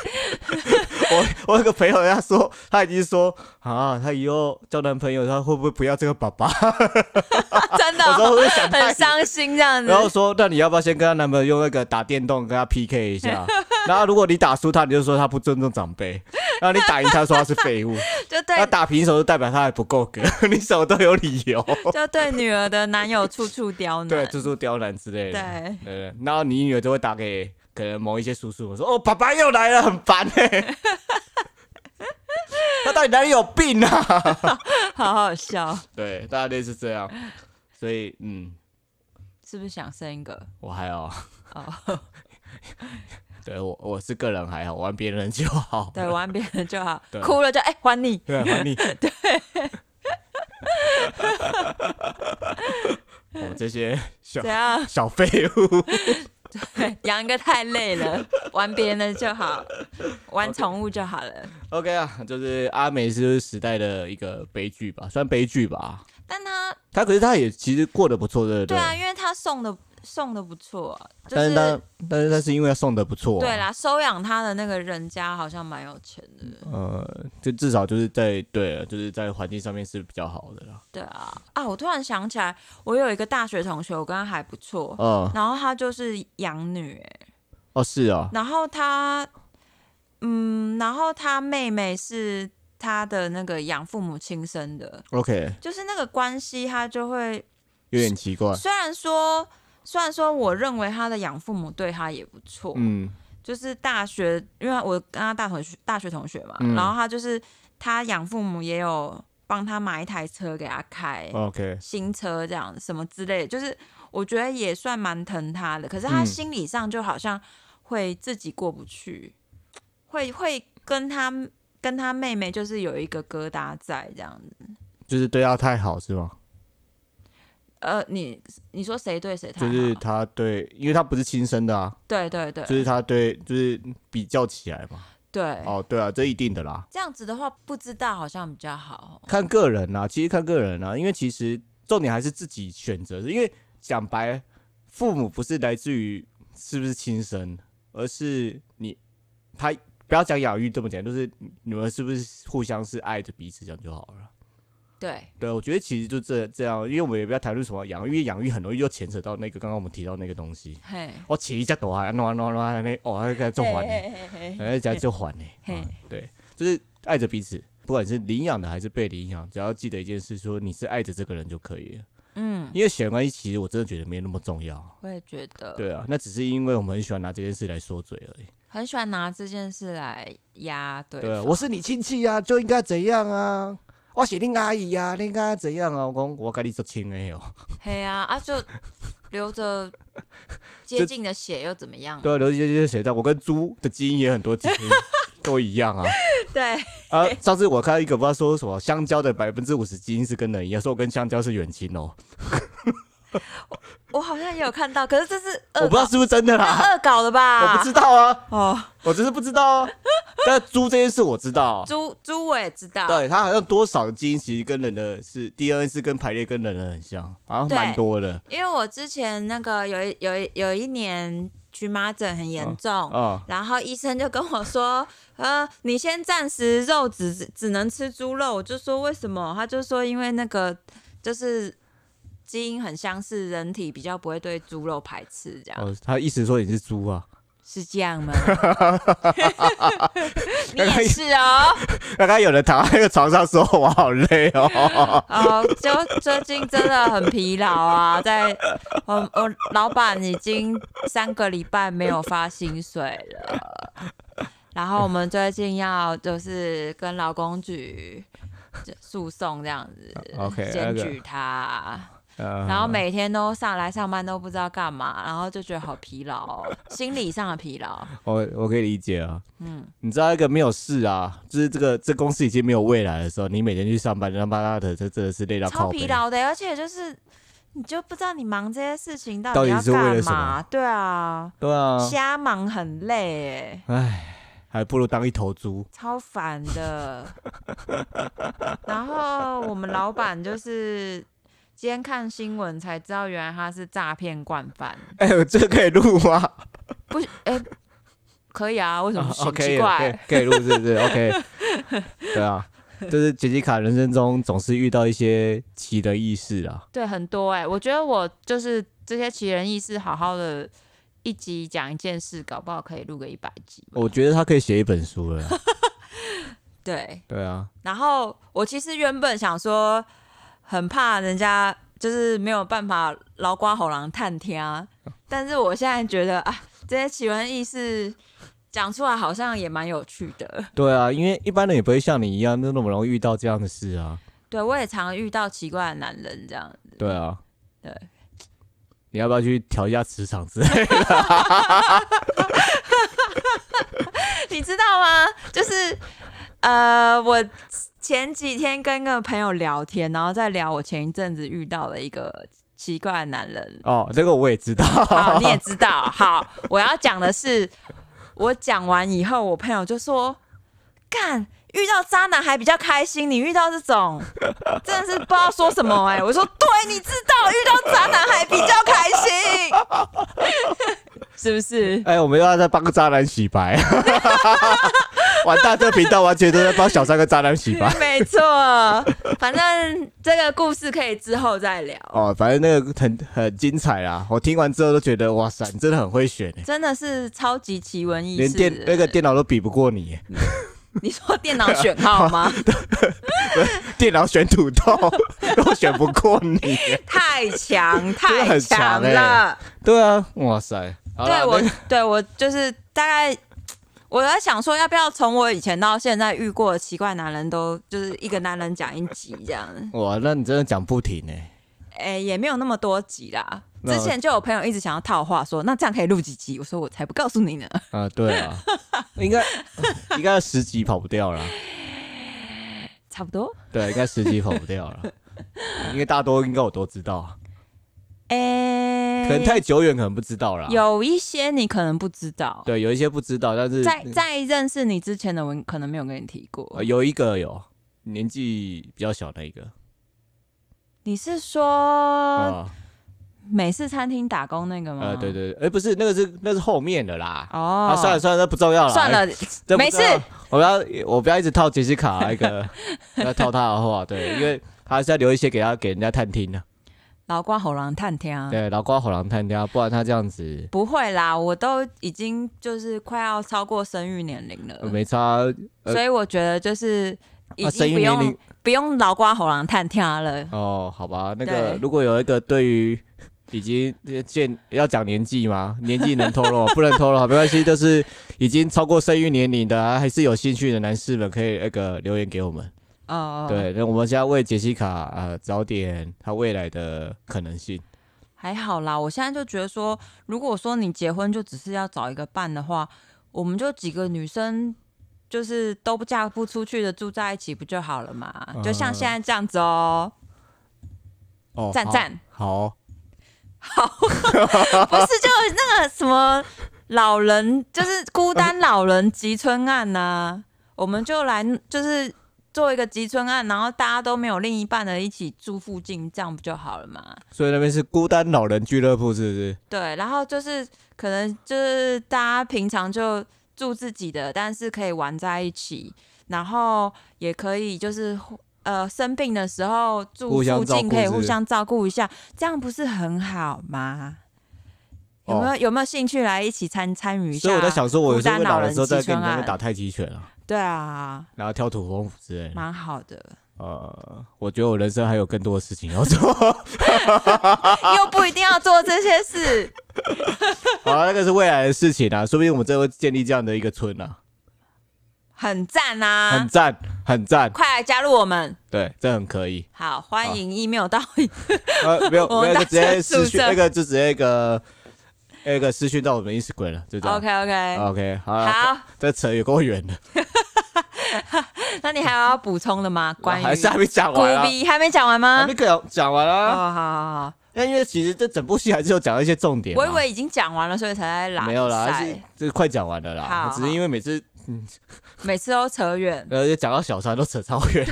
S2: 我我有个朋友他说，他已经说啊，他以后交男朋友他会不会不要这个爸爸？
S1: 对，真的
S2: 有时
S1: 哦
S2: 候会想太
S1: 很伤心这样子。
S2: 然后说，那你要不要先跟她男朋友用那个打电动跟他 PK 一下？然后如果你打输他，你就说他不尊重长辈；然后你打赢他，说他是废物；
S1: 就 对
S2: 那打平手就代表他还不够格， 你什么都有理由。
S1: 就对女儿的男友处处刁难。
S2: 对，就是说刁难之类的。
S1: 对
S2: 对对，然后你女儿就会打给可能某一些叔叔，我说哦，爸爸又来了，很烦哎、 他到底哪里有病啊？
S1: 好好笑，
S2: 对，大概类似这样。所以，嗯，
S1: 是不是想生一个？
S2: 我还好。
S1: 哦，
S2: 对我，我是个人还好，玩别人就好。
S1: 对，玩别人就好
S2: 对，
S1: 哭了就哎、还你。
S2: 对，啊还 你。对。 我这些小
S1: 怎样？
S2: 小废物，
S1: 对 养一个太累了，玩别人的就好，玩宠物就好了。
S2: OK 啊，就是阿美是时代的一个悲剧吧，算悲剧吧。
S1: 但他
S2: 他可是他也其实过得不错，对不
S1: 对啊，因为他送的送的不错、就
S2: 但
S1: 是
S2: 是他但是他是因为他送的不错、啊，
S1: 对，啦，收养他的那个人家好像蛮有钱的。
S2: 呃，就至少就是在对了，就是在环境上面是比较好的啦。
S1: 对啊，啊，我突然想起来，我有一个大学同学，我跟他还不错，
S2: 嗯，
S1: 然后他就是养女、欸
S2: 哦是啊，
S1: 然后他，嗯，然后他妹妹是他的那个养父母亲生的，
S2: ，OK，
S1: 就是那个关系，他就会
S2: 有点奇怪，
S1: 虽然说。虽然说，我认为他的养父母对他也不错，
S2: 嗯
S1: 就是大学，因为我跟他大同学大学同学嘛，
S2: 嗯
S1: 然后他就是他养父母也有帮他买一台车给他开，
S2: ，OK，
S1: 新车这样什么之类的，就是我觉得也算蛮疼他的，可是他
S2: 嗯
S1: 心理上就好像会自己过不去，会会跟他跟他妹妹就是有一个疙瘩在这样子，
S2: 就是对他太好是吗？
S1: 呃，你你说谁对谁太
S2: 就
S1: 好？
S2: 是他对，因为他不是亲生的啊，
S1: 对对对，
S2: 就是他对，就是比较起来嘛。
S1: 对，
S2: 哦，对啊，这一定的啦，
S1: 这样子的话不知道好像比较好哦。
S2: 看个人啦、其实看个人啦、啊因为其实重点还是自己选择，因为讲白，父母不是来自于是不是亲生，而是你他不要讲养育这么简单，就是你们是不是互相是爱着彼此，这样就好了。
S1: 对
S2: 对，啊我觉得其实就这这样，因为我们也不要谈论什么养育，因为养育很容易就牵扯到那个刚刚我们提到那个东西。
S1: 嘿，
S2: 我起一只大汉，喏喏喏，那哦，那个做还呢，
S1: 嘿嘿嘿嘿
S2: 哎，家就还呢。
S1: 嘿
S2: 啊对，就是爱着彼此，不管是领养的还是被领养，只要记得一件事，说你是爱着这个人就可以了。
S1: 嗯，
S2: 因为血缘关系其实我真的觉得没那么重要。
S1: 我也觉得，
S2: 对啊，那只是因为我们很喜欢拿这件事来说嘴而已。
S1: 很喜欢拿这件事来压对
S2: 对啊，
S1: 方
S2: 我是你亲戚啊，就应该怎样啊？我是恁阿姨啊，恁应该怎样啊？我讲我跟你做亲的哦。
S1: 嘿啊啊， 就流着接
S2: 这
S1: 近的血又怎么样？
S2: 对啊，刘姐姐写到，我跟猪的基因也很多基因都一样啊。
S1: 对，
S2: 啊，上次我看到一个不知道说什么，香蕉的百分之五十基因是跟人一样，说我跟香蕉是远亲哦，
S1: 我好像也有看到，可是这是
S2: 我
S1: 恶
S2: 不知道
S1: 搞，
S2: 是不是真的啦，
S1: 恶搞的吧？
S2: 我不知道啊，
S1: 哦，
S2: 我只是不知道啊。但猪这件事我知道，啊
S1: 猪猪我也知道，
S2: 对它好像多少的基因其实跟人的是 DNA 是跟排列跟人的很像，好像
S1: 对
S2: 蛮多的
S1: 因为我之前那个有一有一有一年荨麻疹很严重。
S2: 啊。
S1: 然后医生就跟我说：“ 呃，你先暂时肉只只能吃猪肉。”我就说：“为什么？”他就说：“因为那个就是基因很相似，人体比较不会对猪肉排斥，这样、
S2: 哦，他意思说你是猪啊？
S1: 是这样吗？” 你也是哦，
S2: 刚刚有人躺在那个床上说我好累哦，
S1: 哦，就最近真的很疲劳啊，在我我老板已经三个礼拜没有发薪水了，然后我们最近要就是跟劳工局就诉讼这样子
S2: OK，
S1: 检
S2: 那个呃嗯
S1: 举他，然
S2: 然
S1: 后每天都上来上班都不知道干嘛，然后就觉得好疲劳哦，心理上的疲劳，
S2: 我我可以理解啊，
S1: 嗯，
S2: 你知道一个没有事啊，就是这个这公司已经没有未来的时候，你每天去上班，他妈的，这真的是累到
S1: 超
S2: 靠
S1: 疲
S2: 背。
S1: 劳的，而且就是。你就不知道你忙这些事情到
S2: 到底
S1: 要
S2: 是为了
S1: 干
S2: 什
S1: 嘛
S2: 么？
S1: 对啊，
S2: 对啊，
S1: 瞎忙很累哎，
S2: 还不如当一头猪。
S1: 超烦的。然后我们老板就是今天看新闻才知道，原来他是诈骗惯犯。
S2: 哎、呦，这个可以录吗？
S1: 不，哎、可以啊，为什么不行？
S2: o
S1: 奇
S2: k
S1: 怪、
S2: 哦可以录，是不是？OK，对啊，就是杰西卡人生中总是遇到一些奇的异事啊。
S1: 对，很多哎、我觉得我就是这些奇人异事，好好的一集讲一件事，搞不好可以录个一百集吧。
S2: 我觉得他可以写一本书了啦。
S1: 对，
S2: 对啊，
S1: 然后我其实原本想说，很怕人家就是没有办法劳瓜吼狼探听啊，但是我现在觉得啊，这些奇闻异事讲出来好像也蛮有趣的。
S2: 对啊，因为一般人也不会像你一样，那那么容易遇到这样的事啊。
S1: 对我也常遇到奇怪的男人这样，
S2: 对啊，
S1: 对，
S2: 你要不要去调一下磁场之类的？
S1: 你知道吗？就是呃，我前几天跟个朋友聊天，然后在聊我前一阵子遇到的一个奇怪的男人，
S2: 哦，这个我也知道。
S1: 好，你也知道。好，我要讲的是，我讲完以后，我朋友就说：“干，遇到渣男还比较开心，你遇到这种，真的是不知道说什么哎、我说：“对，你知道，遇到渣男还比较开心， 是不是？
S2: 哎、我们要在帮渣男洗白， 完蛋，这个频道完全都在帮小三跟渣男洗 白。
S1: 没错，反正这个故事可以之后再聊。
S2: 哦，反正那个很很精彩啦，我听完之后都觉得，哇塞，你真的很会选欸
S1: 真的是超级奇闻异
S2: 连
S1: 事。
S2: 电那个电脑都比不过你欸，
S1: 你说电脑选号吗？
S2: 电脑选土豆都选不过你 欸。
S1: 太强，
S2: 的
S1: 太
S2: 很
S1: 强
S2: 强欸
S1: 了。
S2: 对啊，哇塞，好啦
S1: 对我
S2: 那个，
S1: 对我就是大概我在想说，要不要从我以前到现在遇过的奇怪男人都就是一个男人讲一集这样？
S2: 哇，那你真的讲不停呢。欸
S1: 哎、也没有那么多集啦。
S2: 那
S1: 之前就有朋友一直想要套话说，那这样可以录几集？我说我才不告诉你呢。
S2: 啊，对 啊，应该应该十集跑不掉了，
S1: 差不多，
S2: 对，应该十集跑不掉了，因为大多应该我都知道。
S1: 哎、
S2: 可能太久远，可能不知道啦。
S1: 有一些你可能不知道，
S2: 对，有一些不知道，但是
S1: 在在认识你之前的我可能没有跟你提过
S2: 呃。有一个有年纪比较小那一个
S1: 你是说
S2: 啊，
S1: 美式餐厅打工那个吗？
S2: 呃，对。对，对哎，不是那个是那是后面的啦。
S1: 哦
S2: 啊，，算了算了，那不重要了，
S1: 算
S2: 哎，
S1: 了，
S2: 这不
S1: 没事
S2: 重要，我不要我不要一直套杰西卡 那个，不要套他的话，对，因为还是要留一些给他给人家探听的，
S1: 老瓜喉狼探听啊。
S2: 对，老瓜火狼探听啊，不然他这样子
S1: 不会啦，我都已经就是快要超过生育年龄了，
S2: 呃没差，呃
S1: 所以我觉得就是已
S2: 啊生
S1: 经
S2: 育
S1: 不用、
S2: 年龄
S1: 不用老瓜喉狼探听了。
S2: 哦，好吧，那个
S1: 对
S2: 如果有一个对于已经见要讲年纪吗？年纪能透露 吗不能透露，没关系，就是已经超过生育年龄的、啊，还是有兴趣的男士们可以那个留言给我们。
S1: 哦，，
S2: 对，那我们现在为杰西卡呃找点她未来的可能性。
S1: 还好啦。我现在就觉得说，如果说你结婚就只是要找一个伴的话，我们就几个女生。就是都不嫁不出去的住在一起不就好了嘛？就
S2: 啊
S1: 像现在这样子哦，
S2: 哦，
S1: 赞赞、
S2: 好，好哦，
S1: 不是就那个什么老人，就是孤单老人集村案呐、我们就来就是做一个集村案，然后大家都没有另一半的，一起住附近，这样不就好了嘛？
S2: 所以那边是孤单老人俱乐部，是不是？
S1: 对，然后就是可能就是大家平常就住自己的，但是可以玩在一起，然后也可以就是呃生病的时候住
S2: 互相
S1: 附
S2: 照
S1: 近
S2: 顾
S1: 可以
S2: 是不
S1: 互
S2: 是
S1: 相照顾一下，这样不是很好吗？有没有、
S2: 哦
S1: 有没有兴趣来一起参参与一下？
S2: 所以我在想说，我有
S1: 孤
S2: 时候
S1: 单
S2: 会老
S1: 老
S2: 了
S1: 人
S2: 之后再
S1: 集
S2: 跟
S1: 村
S2: 你那边
S1: 案，
S2: 打太极拳啊，
S1: 对啊，
S2: 然后跳土风舞之类的。
S1: 蛮好 的，
S2: 呃，我觉得我人生还有更多的事情要做。
S1: 又不一定要做这些事。
S2: 好、啊，那个是未来的事情啊，说不定我们真的会建立这样的一个村啊，
S1: 很赞
S2: 很
S1: 啊！
S2: 赞，很赞，
S1: 快来加入我们，
S2: 对，这很可以。
S1: 好，欢迎 email 到
S2: 呃，没有，
S1: 我
S2: 没
S1: 们
S2: 有，就
S1: 大
S2: 直接
S1: 家
S2: 私讯，
S1: 宿舍
S2: 那个就直接那个那个私讯到我们 Instagram 了，就这样。
S1: OK OK，
S2: OK，好了，
S1: 好，
S2: 这扯有够远的，
S1: 那你还有要补充的吗？关于
S2: 还是还没讲
S1: 古
S2: 完啊，
S1: 比还没讲完吗
S2: 还没？讲讲完
S1: 哦，
S2: 啊。
S1: 好好好，
S2: 那、因为其实这整部戏还是有讲到一些重点嘛，
S1: 我以为已经讲完了，所以才在拉
S2: 没有啦，
S1: 塞
S2: 是这快讲完了啦
S1: 好，
S2: 只是因为每次
S1: 每次都扯远。
S2: 呃就讲到小三都扯超 远，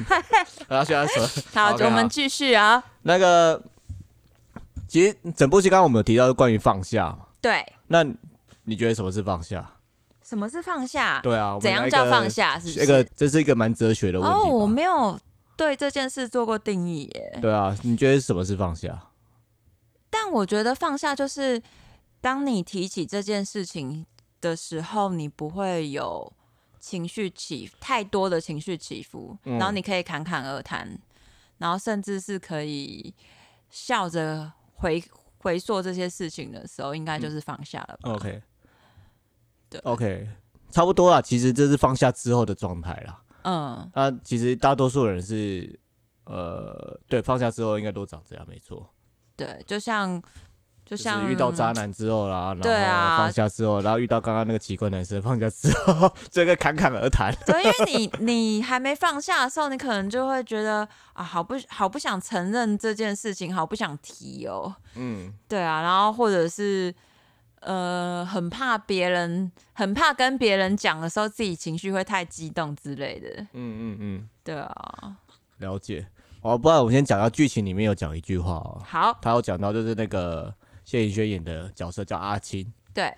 S2: 然后现在扯
S1: 好，
S2: OK，
S1: 我们
S2: 好
S1: 继续啊。
S2: 那个，其实整部戏刚刚我们有提到关于放下嘛，
S1: 对，
S2: 那你觉得什么是放下？
S1: 什么是放下？
S2: 对啊，我们
S1: 怎
S2: 来
S1: 样
S2: 一
S1: 叫
S2: 个
S1: 放？下？是不
S2: 这
S1: 是
S2: 个这是一个蛮哲学的问
S1: 哦，我
S2: 题吧。
S1: 没有对这件事做过定义耶。
S2: 对啊，你觉得什么是放下？
S1: 但我觉得放下就是，当你提起这件事情的时候，你不会有情绪起太多的情绪起伏，
S2: 嗯
S1: 然后你可以侃侃而谈，然后甚至是可以笑着回回溯这些事情的时候，应该
S2: 嗯
S1: 就是放下了吧。
S2: OK，
S1: 对
S2: ，OK，差不多啦。其实这是放下之后的状态啦。
S1: 嗯，
S2: 那其实大多数人是，呃，对，放下之后应该都长这样，没错。
S1: 对，就像就
S2: 就是
S1: 像
S2: 遇到 渣男之后啦，
S1: 对
S2: 然后
S1: 啊
S2: 放下之后，然后遇到刚刚那个奇怪男生，放下之后， 这个侃侃而谈。
S1: 对，因为你你还没放下的时候，你可能就会觉得啊，好不好不想承认这件事情，好不想提哦。
S2: 嗯，
S1: 对啊，然后或者是呃，很怕别人，很怕跟别人讲的时候，自己情绪会太激动之类的。
S2: 嗯嗯嗯，
S1: 对啊，
S2: 了解。哦，不然我们先讲到剧情里面有讲一句话哦，
S1: 好，
S2: 他有讲到就是那个谢颖轩演的角色叫阿青，
S1: 对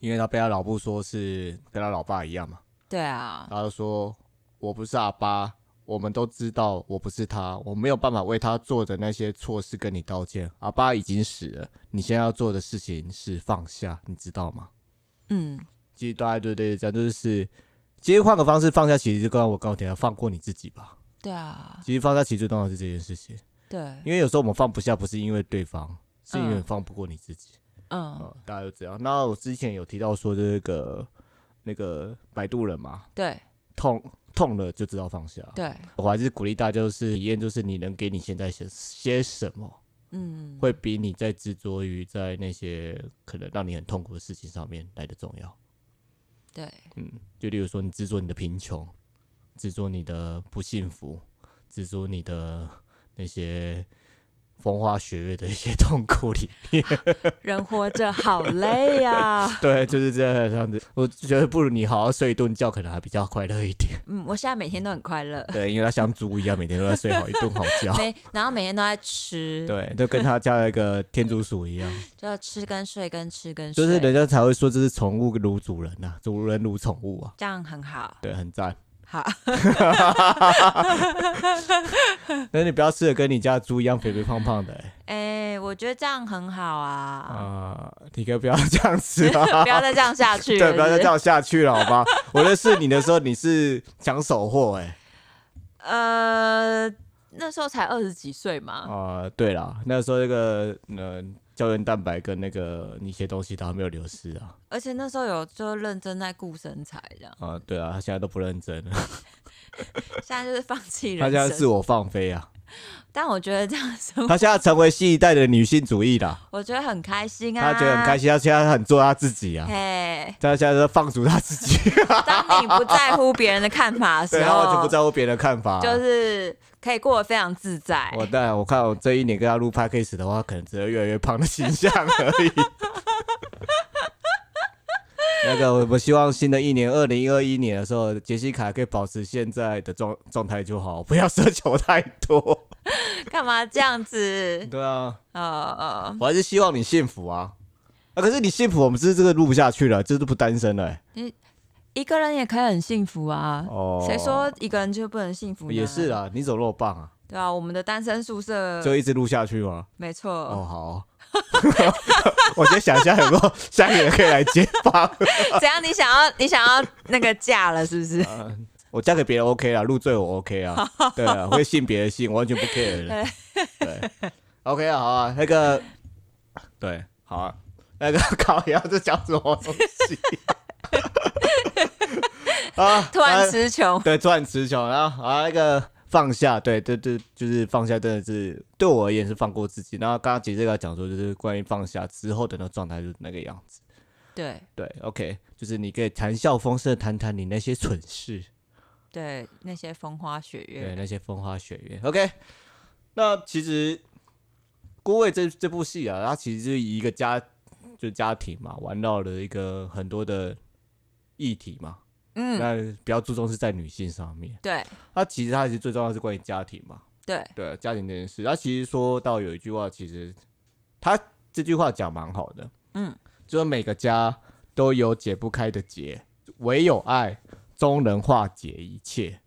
S2: 因为他被他老布说是跟他老爸一样嘛，
S1: 对啊，
S2: 他就说我不是阿爸，我们都知道我不是他，我没有办法为他做的那些错事跟你道歉，阿爸已经死了，你现在要做的事情是放下，你知道吗？
S1: 嗯，
S2: 其实大概对对，这样就是，其实换个方式放下，其实就跟我刚刚提到放过你自己吧。
S1: 对啊，
S2: 其实放下其实最重要的是这件事情。
S1: 对，
S2: 因为有时候我们放不下，不是因为对方，是因为
S1: 嗯
S2: 放不过你自己。
S1: 嗯，
S2: 哦，大家都这样。那我之前有提到说这个那个摆渡人嘛，
S1: 对
S2: 痛痛了就知道放下。
S1: 对，
S2: 我还是鼓励大家就是体验，就是你能给你现在些些什么，
S1: 嗯，
S2: 会比你在执着于在那些可能让你很痛苦的事情上面来的重要。
S1: 对，
S2: 就例如说，你执着你的贫穷，执着你的不幸福，执着你的那些风花雪月的一些 痛苦里面。
S1: 人活着好累啊呀、
S2: 对，就是这样这样子。我觉得不如你好好睡一顿觉，可能还比较快乐一点。
S1: 嗯，我现在每天都很快乐，
S2: 对，因为他像猪一样，每天都在睡好一顿好 觉。
S1: 每然后每天都在吃，
S2: 对，就跟他家的一个天竺鼠一样，
S1: 就要吃跟睡跟吃跟睡，
S2: 就是人家才会说这是宠物如主人呐、主人如宠物啊。
S1: 这样很好。
S2: 对，很赞。
S1: 好，
S2: 但是你不要吃的跟你家的猪一样肥肥胖胖的、欸。
S1: 哎、我觉得这样很好啊，
S2: 啊、你可以不要这样吃啊！
S1: 不要再这样下 去了
S2: 对，不要再
S1: 是
S2: 这样下去了，好吧？我认识你的时候，你是抢手货、欸，
S1: 呃，那时候才二十几岁
S2: 哎，
S1: 嘛，
S2: 啊，对啦，那时候那个呃胶原蛋白跟那个一些东西都还没有流失啊，
S1: 而且那时候有就认真在顾身材这样，
S2: 啊，对啊，他现在都不认真了，
S1: 现在就是放弃
S2: 他现在
S1: 人
S2: 自
S1: 生。
S2: 我放飞啊，
S1: 但我觉得这样生活，
S2: 他现在成为新一代的女性主义啦，
S1: 我觉得很开心 啊，
S2: 他觉得很开
S1: 心。
S2: 心，他现在很做他自己啊，
S1: 嘿，啊
S2: 他现在在放逐他 自己，
S1: 当你不在乎别人的看法的
S2: 对
S1: 时
S2: 他完全
S1: 候
S2: 不，在乎别人的看法啊、
S1: 就是可以过得非常自在。
S2: 我当然，我看我这一年跟他录 p o d c a s 的话，可能只会越来越胖的形象而已。 那个，我我希望新的一年，二零二一年的时候，杰西卡可以保持现在的状状态就好，不要奢求太多。
S1: 干嘛这样子？
S2: 对啊，
S1: 呃呃，
S2: 我还是希望你幸福啊。啊，可是你幸福，我们是这个录不下去了，这都不单身了欸、
S1: 一个人也可以很幸福啊。
S2: 哦，
S1: 谁说一个人就不能幸福呢？
S2: 也是，啊？你走那么棒啊，
S1: 对啊，我们的单身宿舍，
S2: 就一直录下去吗？
S1: 没错，
S2: 哦，好 哦我先想一下有没有下一个人可以来接棒。
S1: 怎样？你想要你想要那个嫁了是不是？
S2: 嗯，我嫁给别人 OK 啦，入赘我 OK 啊，对啊，会信别人信，我完全不 care 的。对，OK 啊，好啊，那个，对，好啊，那个 烤鸭这讲什么东西？ 啊，
S1: 突然
S2: 来
S1: 词穷，
S2: 对，突然词穷，然后啊那个放下，对对对，就是放下，真的是对我而言是放过自己。然后刚刚杰这个讲说，就是关于放下之后的那个状态就是那个样子。
S1: 对
S2: 对，OK，就是你可以谈笑风生，谈谈你那些蠢事。
S1: 对，那些风花雪
S2: 对
S1: 月，
S2: 那些风花雪月。OK，那其实《孤味这》这部戏啊，它其实是以一个家就家庭嘛，玩到了一个很多的议题嘛，
S1: 嗯，
S2: 那比较注重是在女性上面。
S1: 对
S2: 它其实它其实最重要的是关于家庭嘛，
S1: 对，
S2: 对家庭这件事。它其实说到有一句话，其实它这句话讲蛮好的，
S1: 嗯，
S2: 就是每个家都有解不开的结，唯有爱终能化解一切。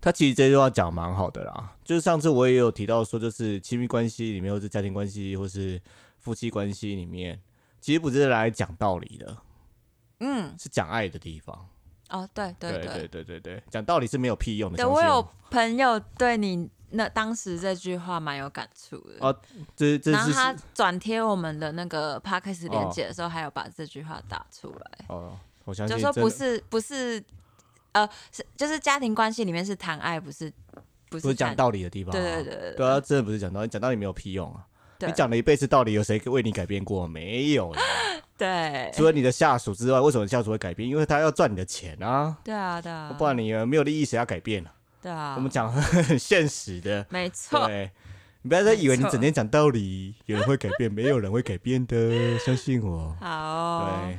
S2: 他其实这句话讲蛮好的啦，就是上次我也有提到说，就是亲密关系里面，或是家庭关系，或是夫妻关系里面，其实不是来讲道理的，
S1: 嗯，
S2: 是讲爱的地方。
S1: 哦，对对
S2: 对
S1: 对
S2: 对对对对，讲道理是没有屁用的。
S1: 对，
S2: 相
S1: 我
S2: 信
S1: 有朋友对你那当时这句话蛮有感触的
S2: 哦。这这
S1: 然后
S2: 是
S1: 他转贴我们的那个 p a d k a s 链接的时候，还有把这句话打出来，
S2: 哦，我相信
S1: 就说
S2: 真
S1: 不
S2: 的
S1: 是不是，呃，是就是家庭关系里面是谈爱，不是不
S2: 不
S1: 是
S2: 是讲
S1: 谈，
S2: 道理的地方、啊。
S1: 对对对
S2: 对啊，真的不是讲道理，讲道理没有屁用啊！
S1: 对
S2: 你讲了一辈子道理，有谁为你改变过？没有 啦，
S1: 对
S2: 除了你的下属之外，为什么下属会改变？因为他要赚你的钱啊，
S1: 对啊对啊，
S2: 不然你没有利益，谁要改变啊？
S1: 对啊，
S2: 我们讲很现实的，
S1: 没错，
S2: 对。你不要再以为你
S1: 没错
S2: 整天讲道理，有人会改变，没有人会改变的，相信我。
S1: 好哦，
S2: 对，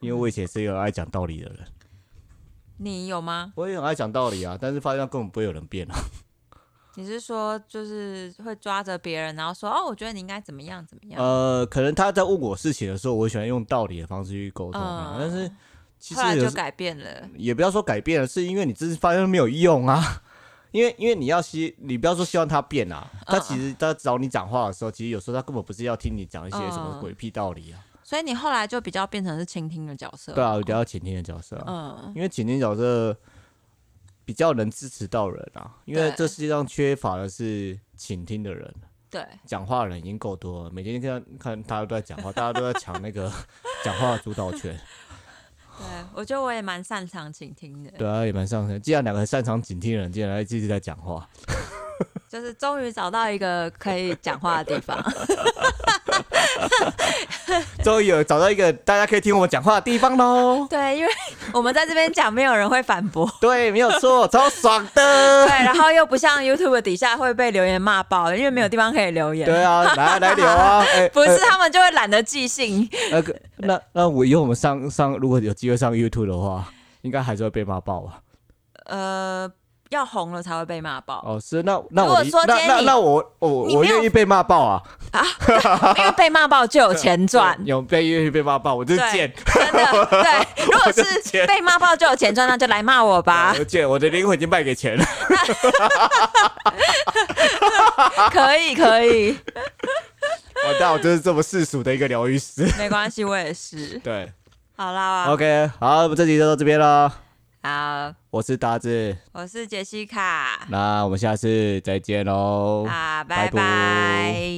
S2: 因为我以前是一个很爱讲道理的人，
S1: 你有吗？
S2: 我也很爱讲道理啊，但是发现根本不会有人变啊。
S1: 你是说就是会抓着别人，然后说哦，我觉得你应该怎么样怎么样，
S2: 呃，可能他在问我事情的时候，我喜欢用道理的方式去沟通啊、
S1: 嗯
S2: 但是其实
S1: 后来
S2: 有
S1: 就
S2: 时嗯
S1: 改变了，
S2: 也不要说改变了，是因为你这次发现没有用啊。 因为因为你要希，你不要说希望他变啊，
S1: 嗯
S2: 他其实他找你讲话的时候，其实有时候他根本不是要听你讲一些什么
S1: 嗯
S2: 鬼屁道理啊。
S1: 所以你后来就比较变成是倾听的角色，
S2: 对啊，我比较倾听的角色、啊，
S1: 嗯，
S2: 因为倾听角色比较能支持到人啊，因为
S1: 对
S2: 这世界上缺乏的是倾听的人。啊
S1: 对
S2: 讲话的人已经够多了，每天看看大家都在讲话，大家都在抢那 个讲话的主导权，
S1: 对，我觉得我也蛮擅长倾听的。
S2: 对啊，也蛮上升。既然两个擅长警惕的人，竟然还一直在讲话，
S1: 就是终于找到一个可以讲话的地 方。
S2: 终于有找到一个大家可以听我们讲话的地方喽。
S1: 对，因为我们在这边讲，没有人会反驳。
S2: 对，没有错，超爽
S1: 对，
S2: 的。
S1: 然后又不像 YouTube 底下会被留言骂爆，因为没有地方可以留言。
S2: 对啊，来来聊 啊！哎，
S1: 不是他们就会懒得寄信，
S2: 那个，那那我以后我们上上，如果有机会上 YouTube 的话，应该还是会被骂爆吧？
S1: 呃，要红了才会被骂 爆，
S2: 哦，是那那
S1: 如果
S2: 我理
S1: 说今
S2: 那
S1: 天
S2: 那
S1: 你
S2: 那我我
S1: 你
S2: 我
S1: 没有
S2: 愿意被骂爆啊！。
S1: 因为被骂爆就有钱赚
S2: 有被愿意被骂爆，我就是
S1: 对
S2: 贱，
S1: 真的，对，如果
S2: 我的
S1: 是
S2: 天
S1: 被骂爆就有钱赚，那就来骂我吧
S2: 我，就贱，我的灵魂已经卖给钱了。
S1: 可以可以，
S2: 我但我就是这么世俗的一个疗愈师。
S1: 没关系，我也是。
S2: 对
S1: 好啦，
S2: ，OK，好，我们这集就到这边啦。
S1: 好，
S2: 我是达志，
S1: 我是杰西卡，
S2: 那我们下次再见喽。
S1: 啊，
S2: 拜
S1: 拜
S2: 拜
S1: 拜。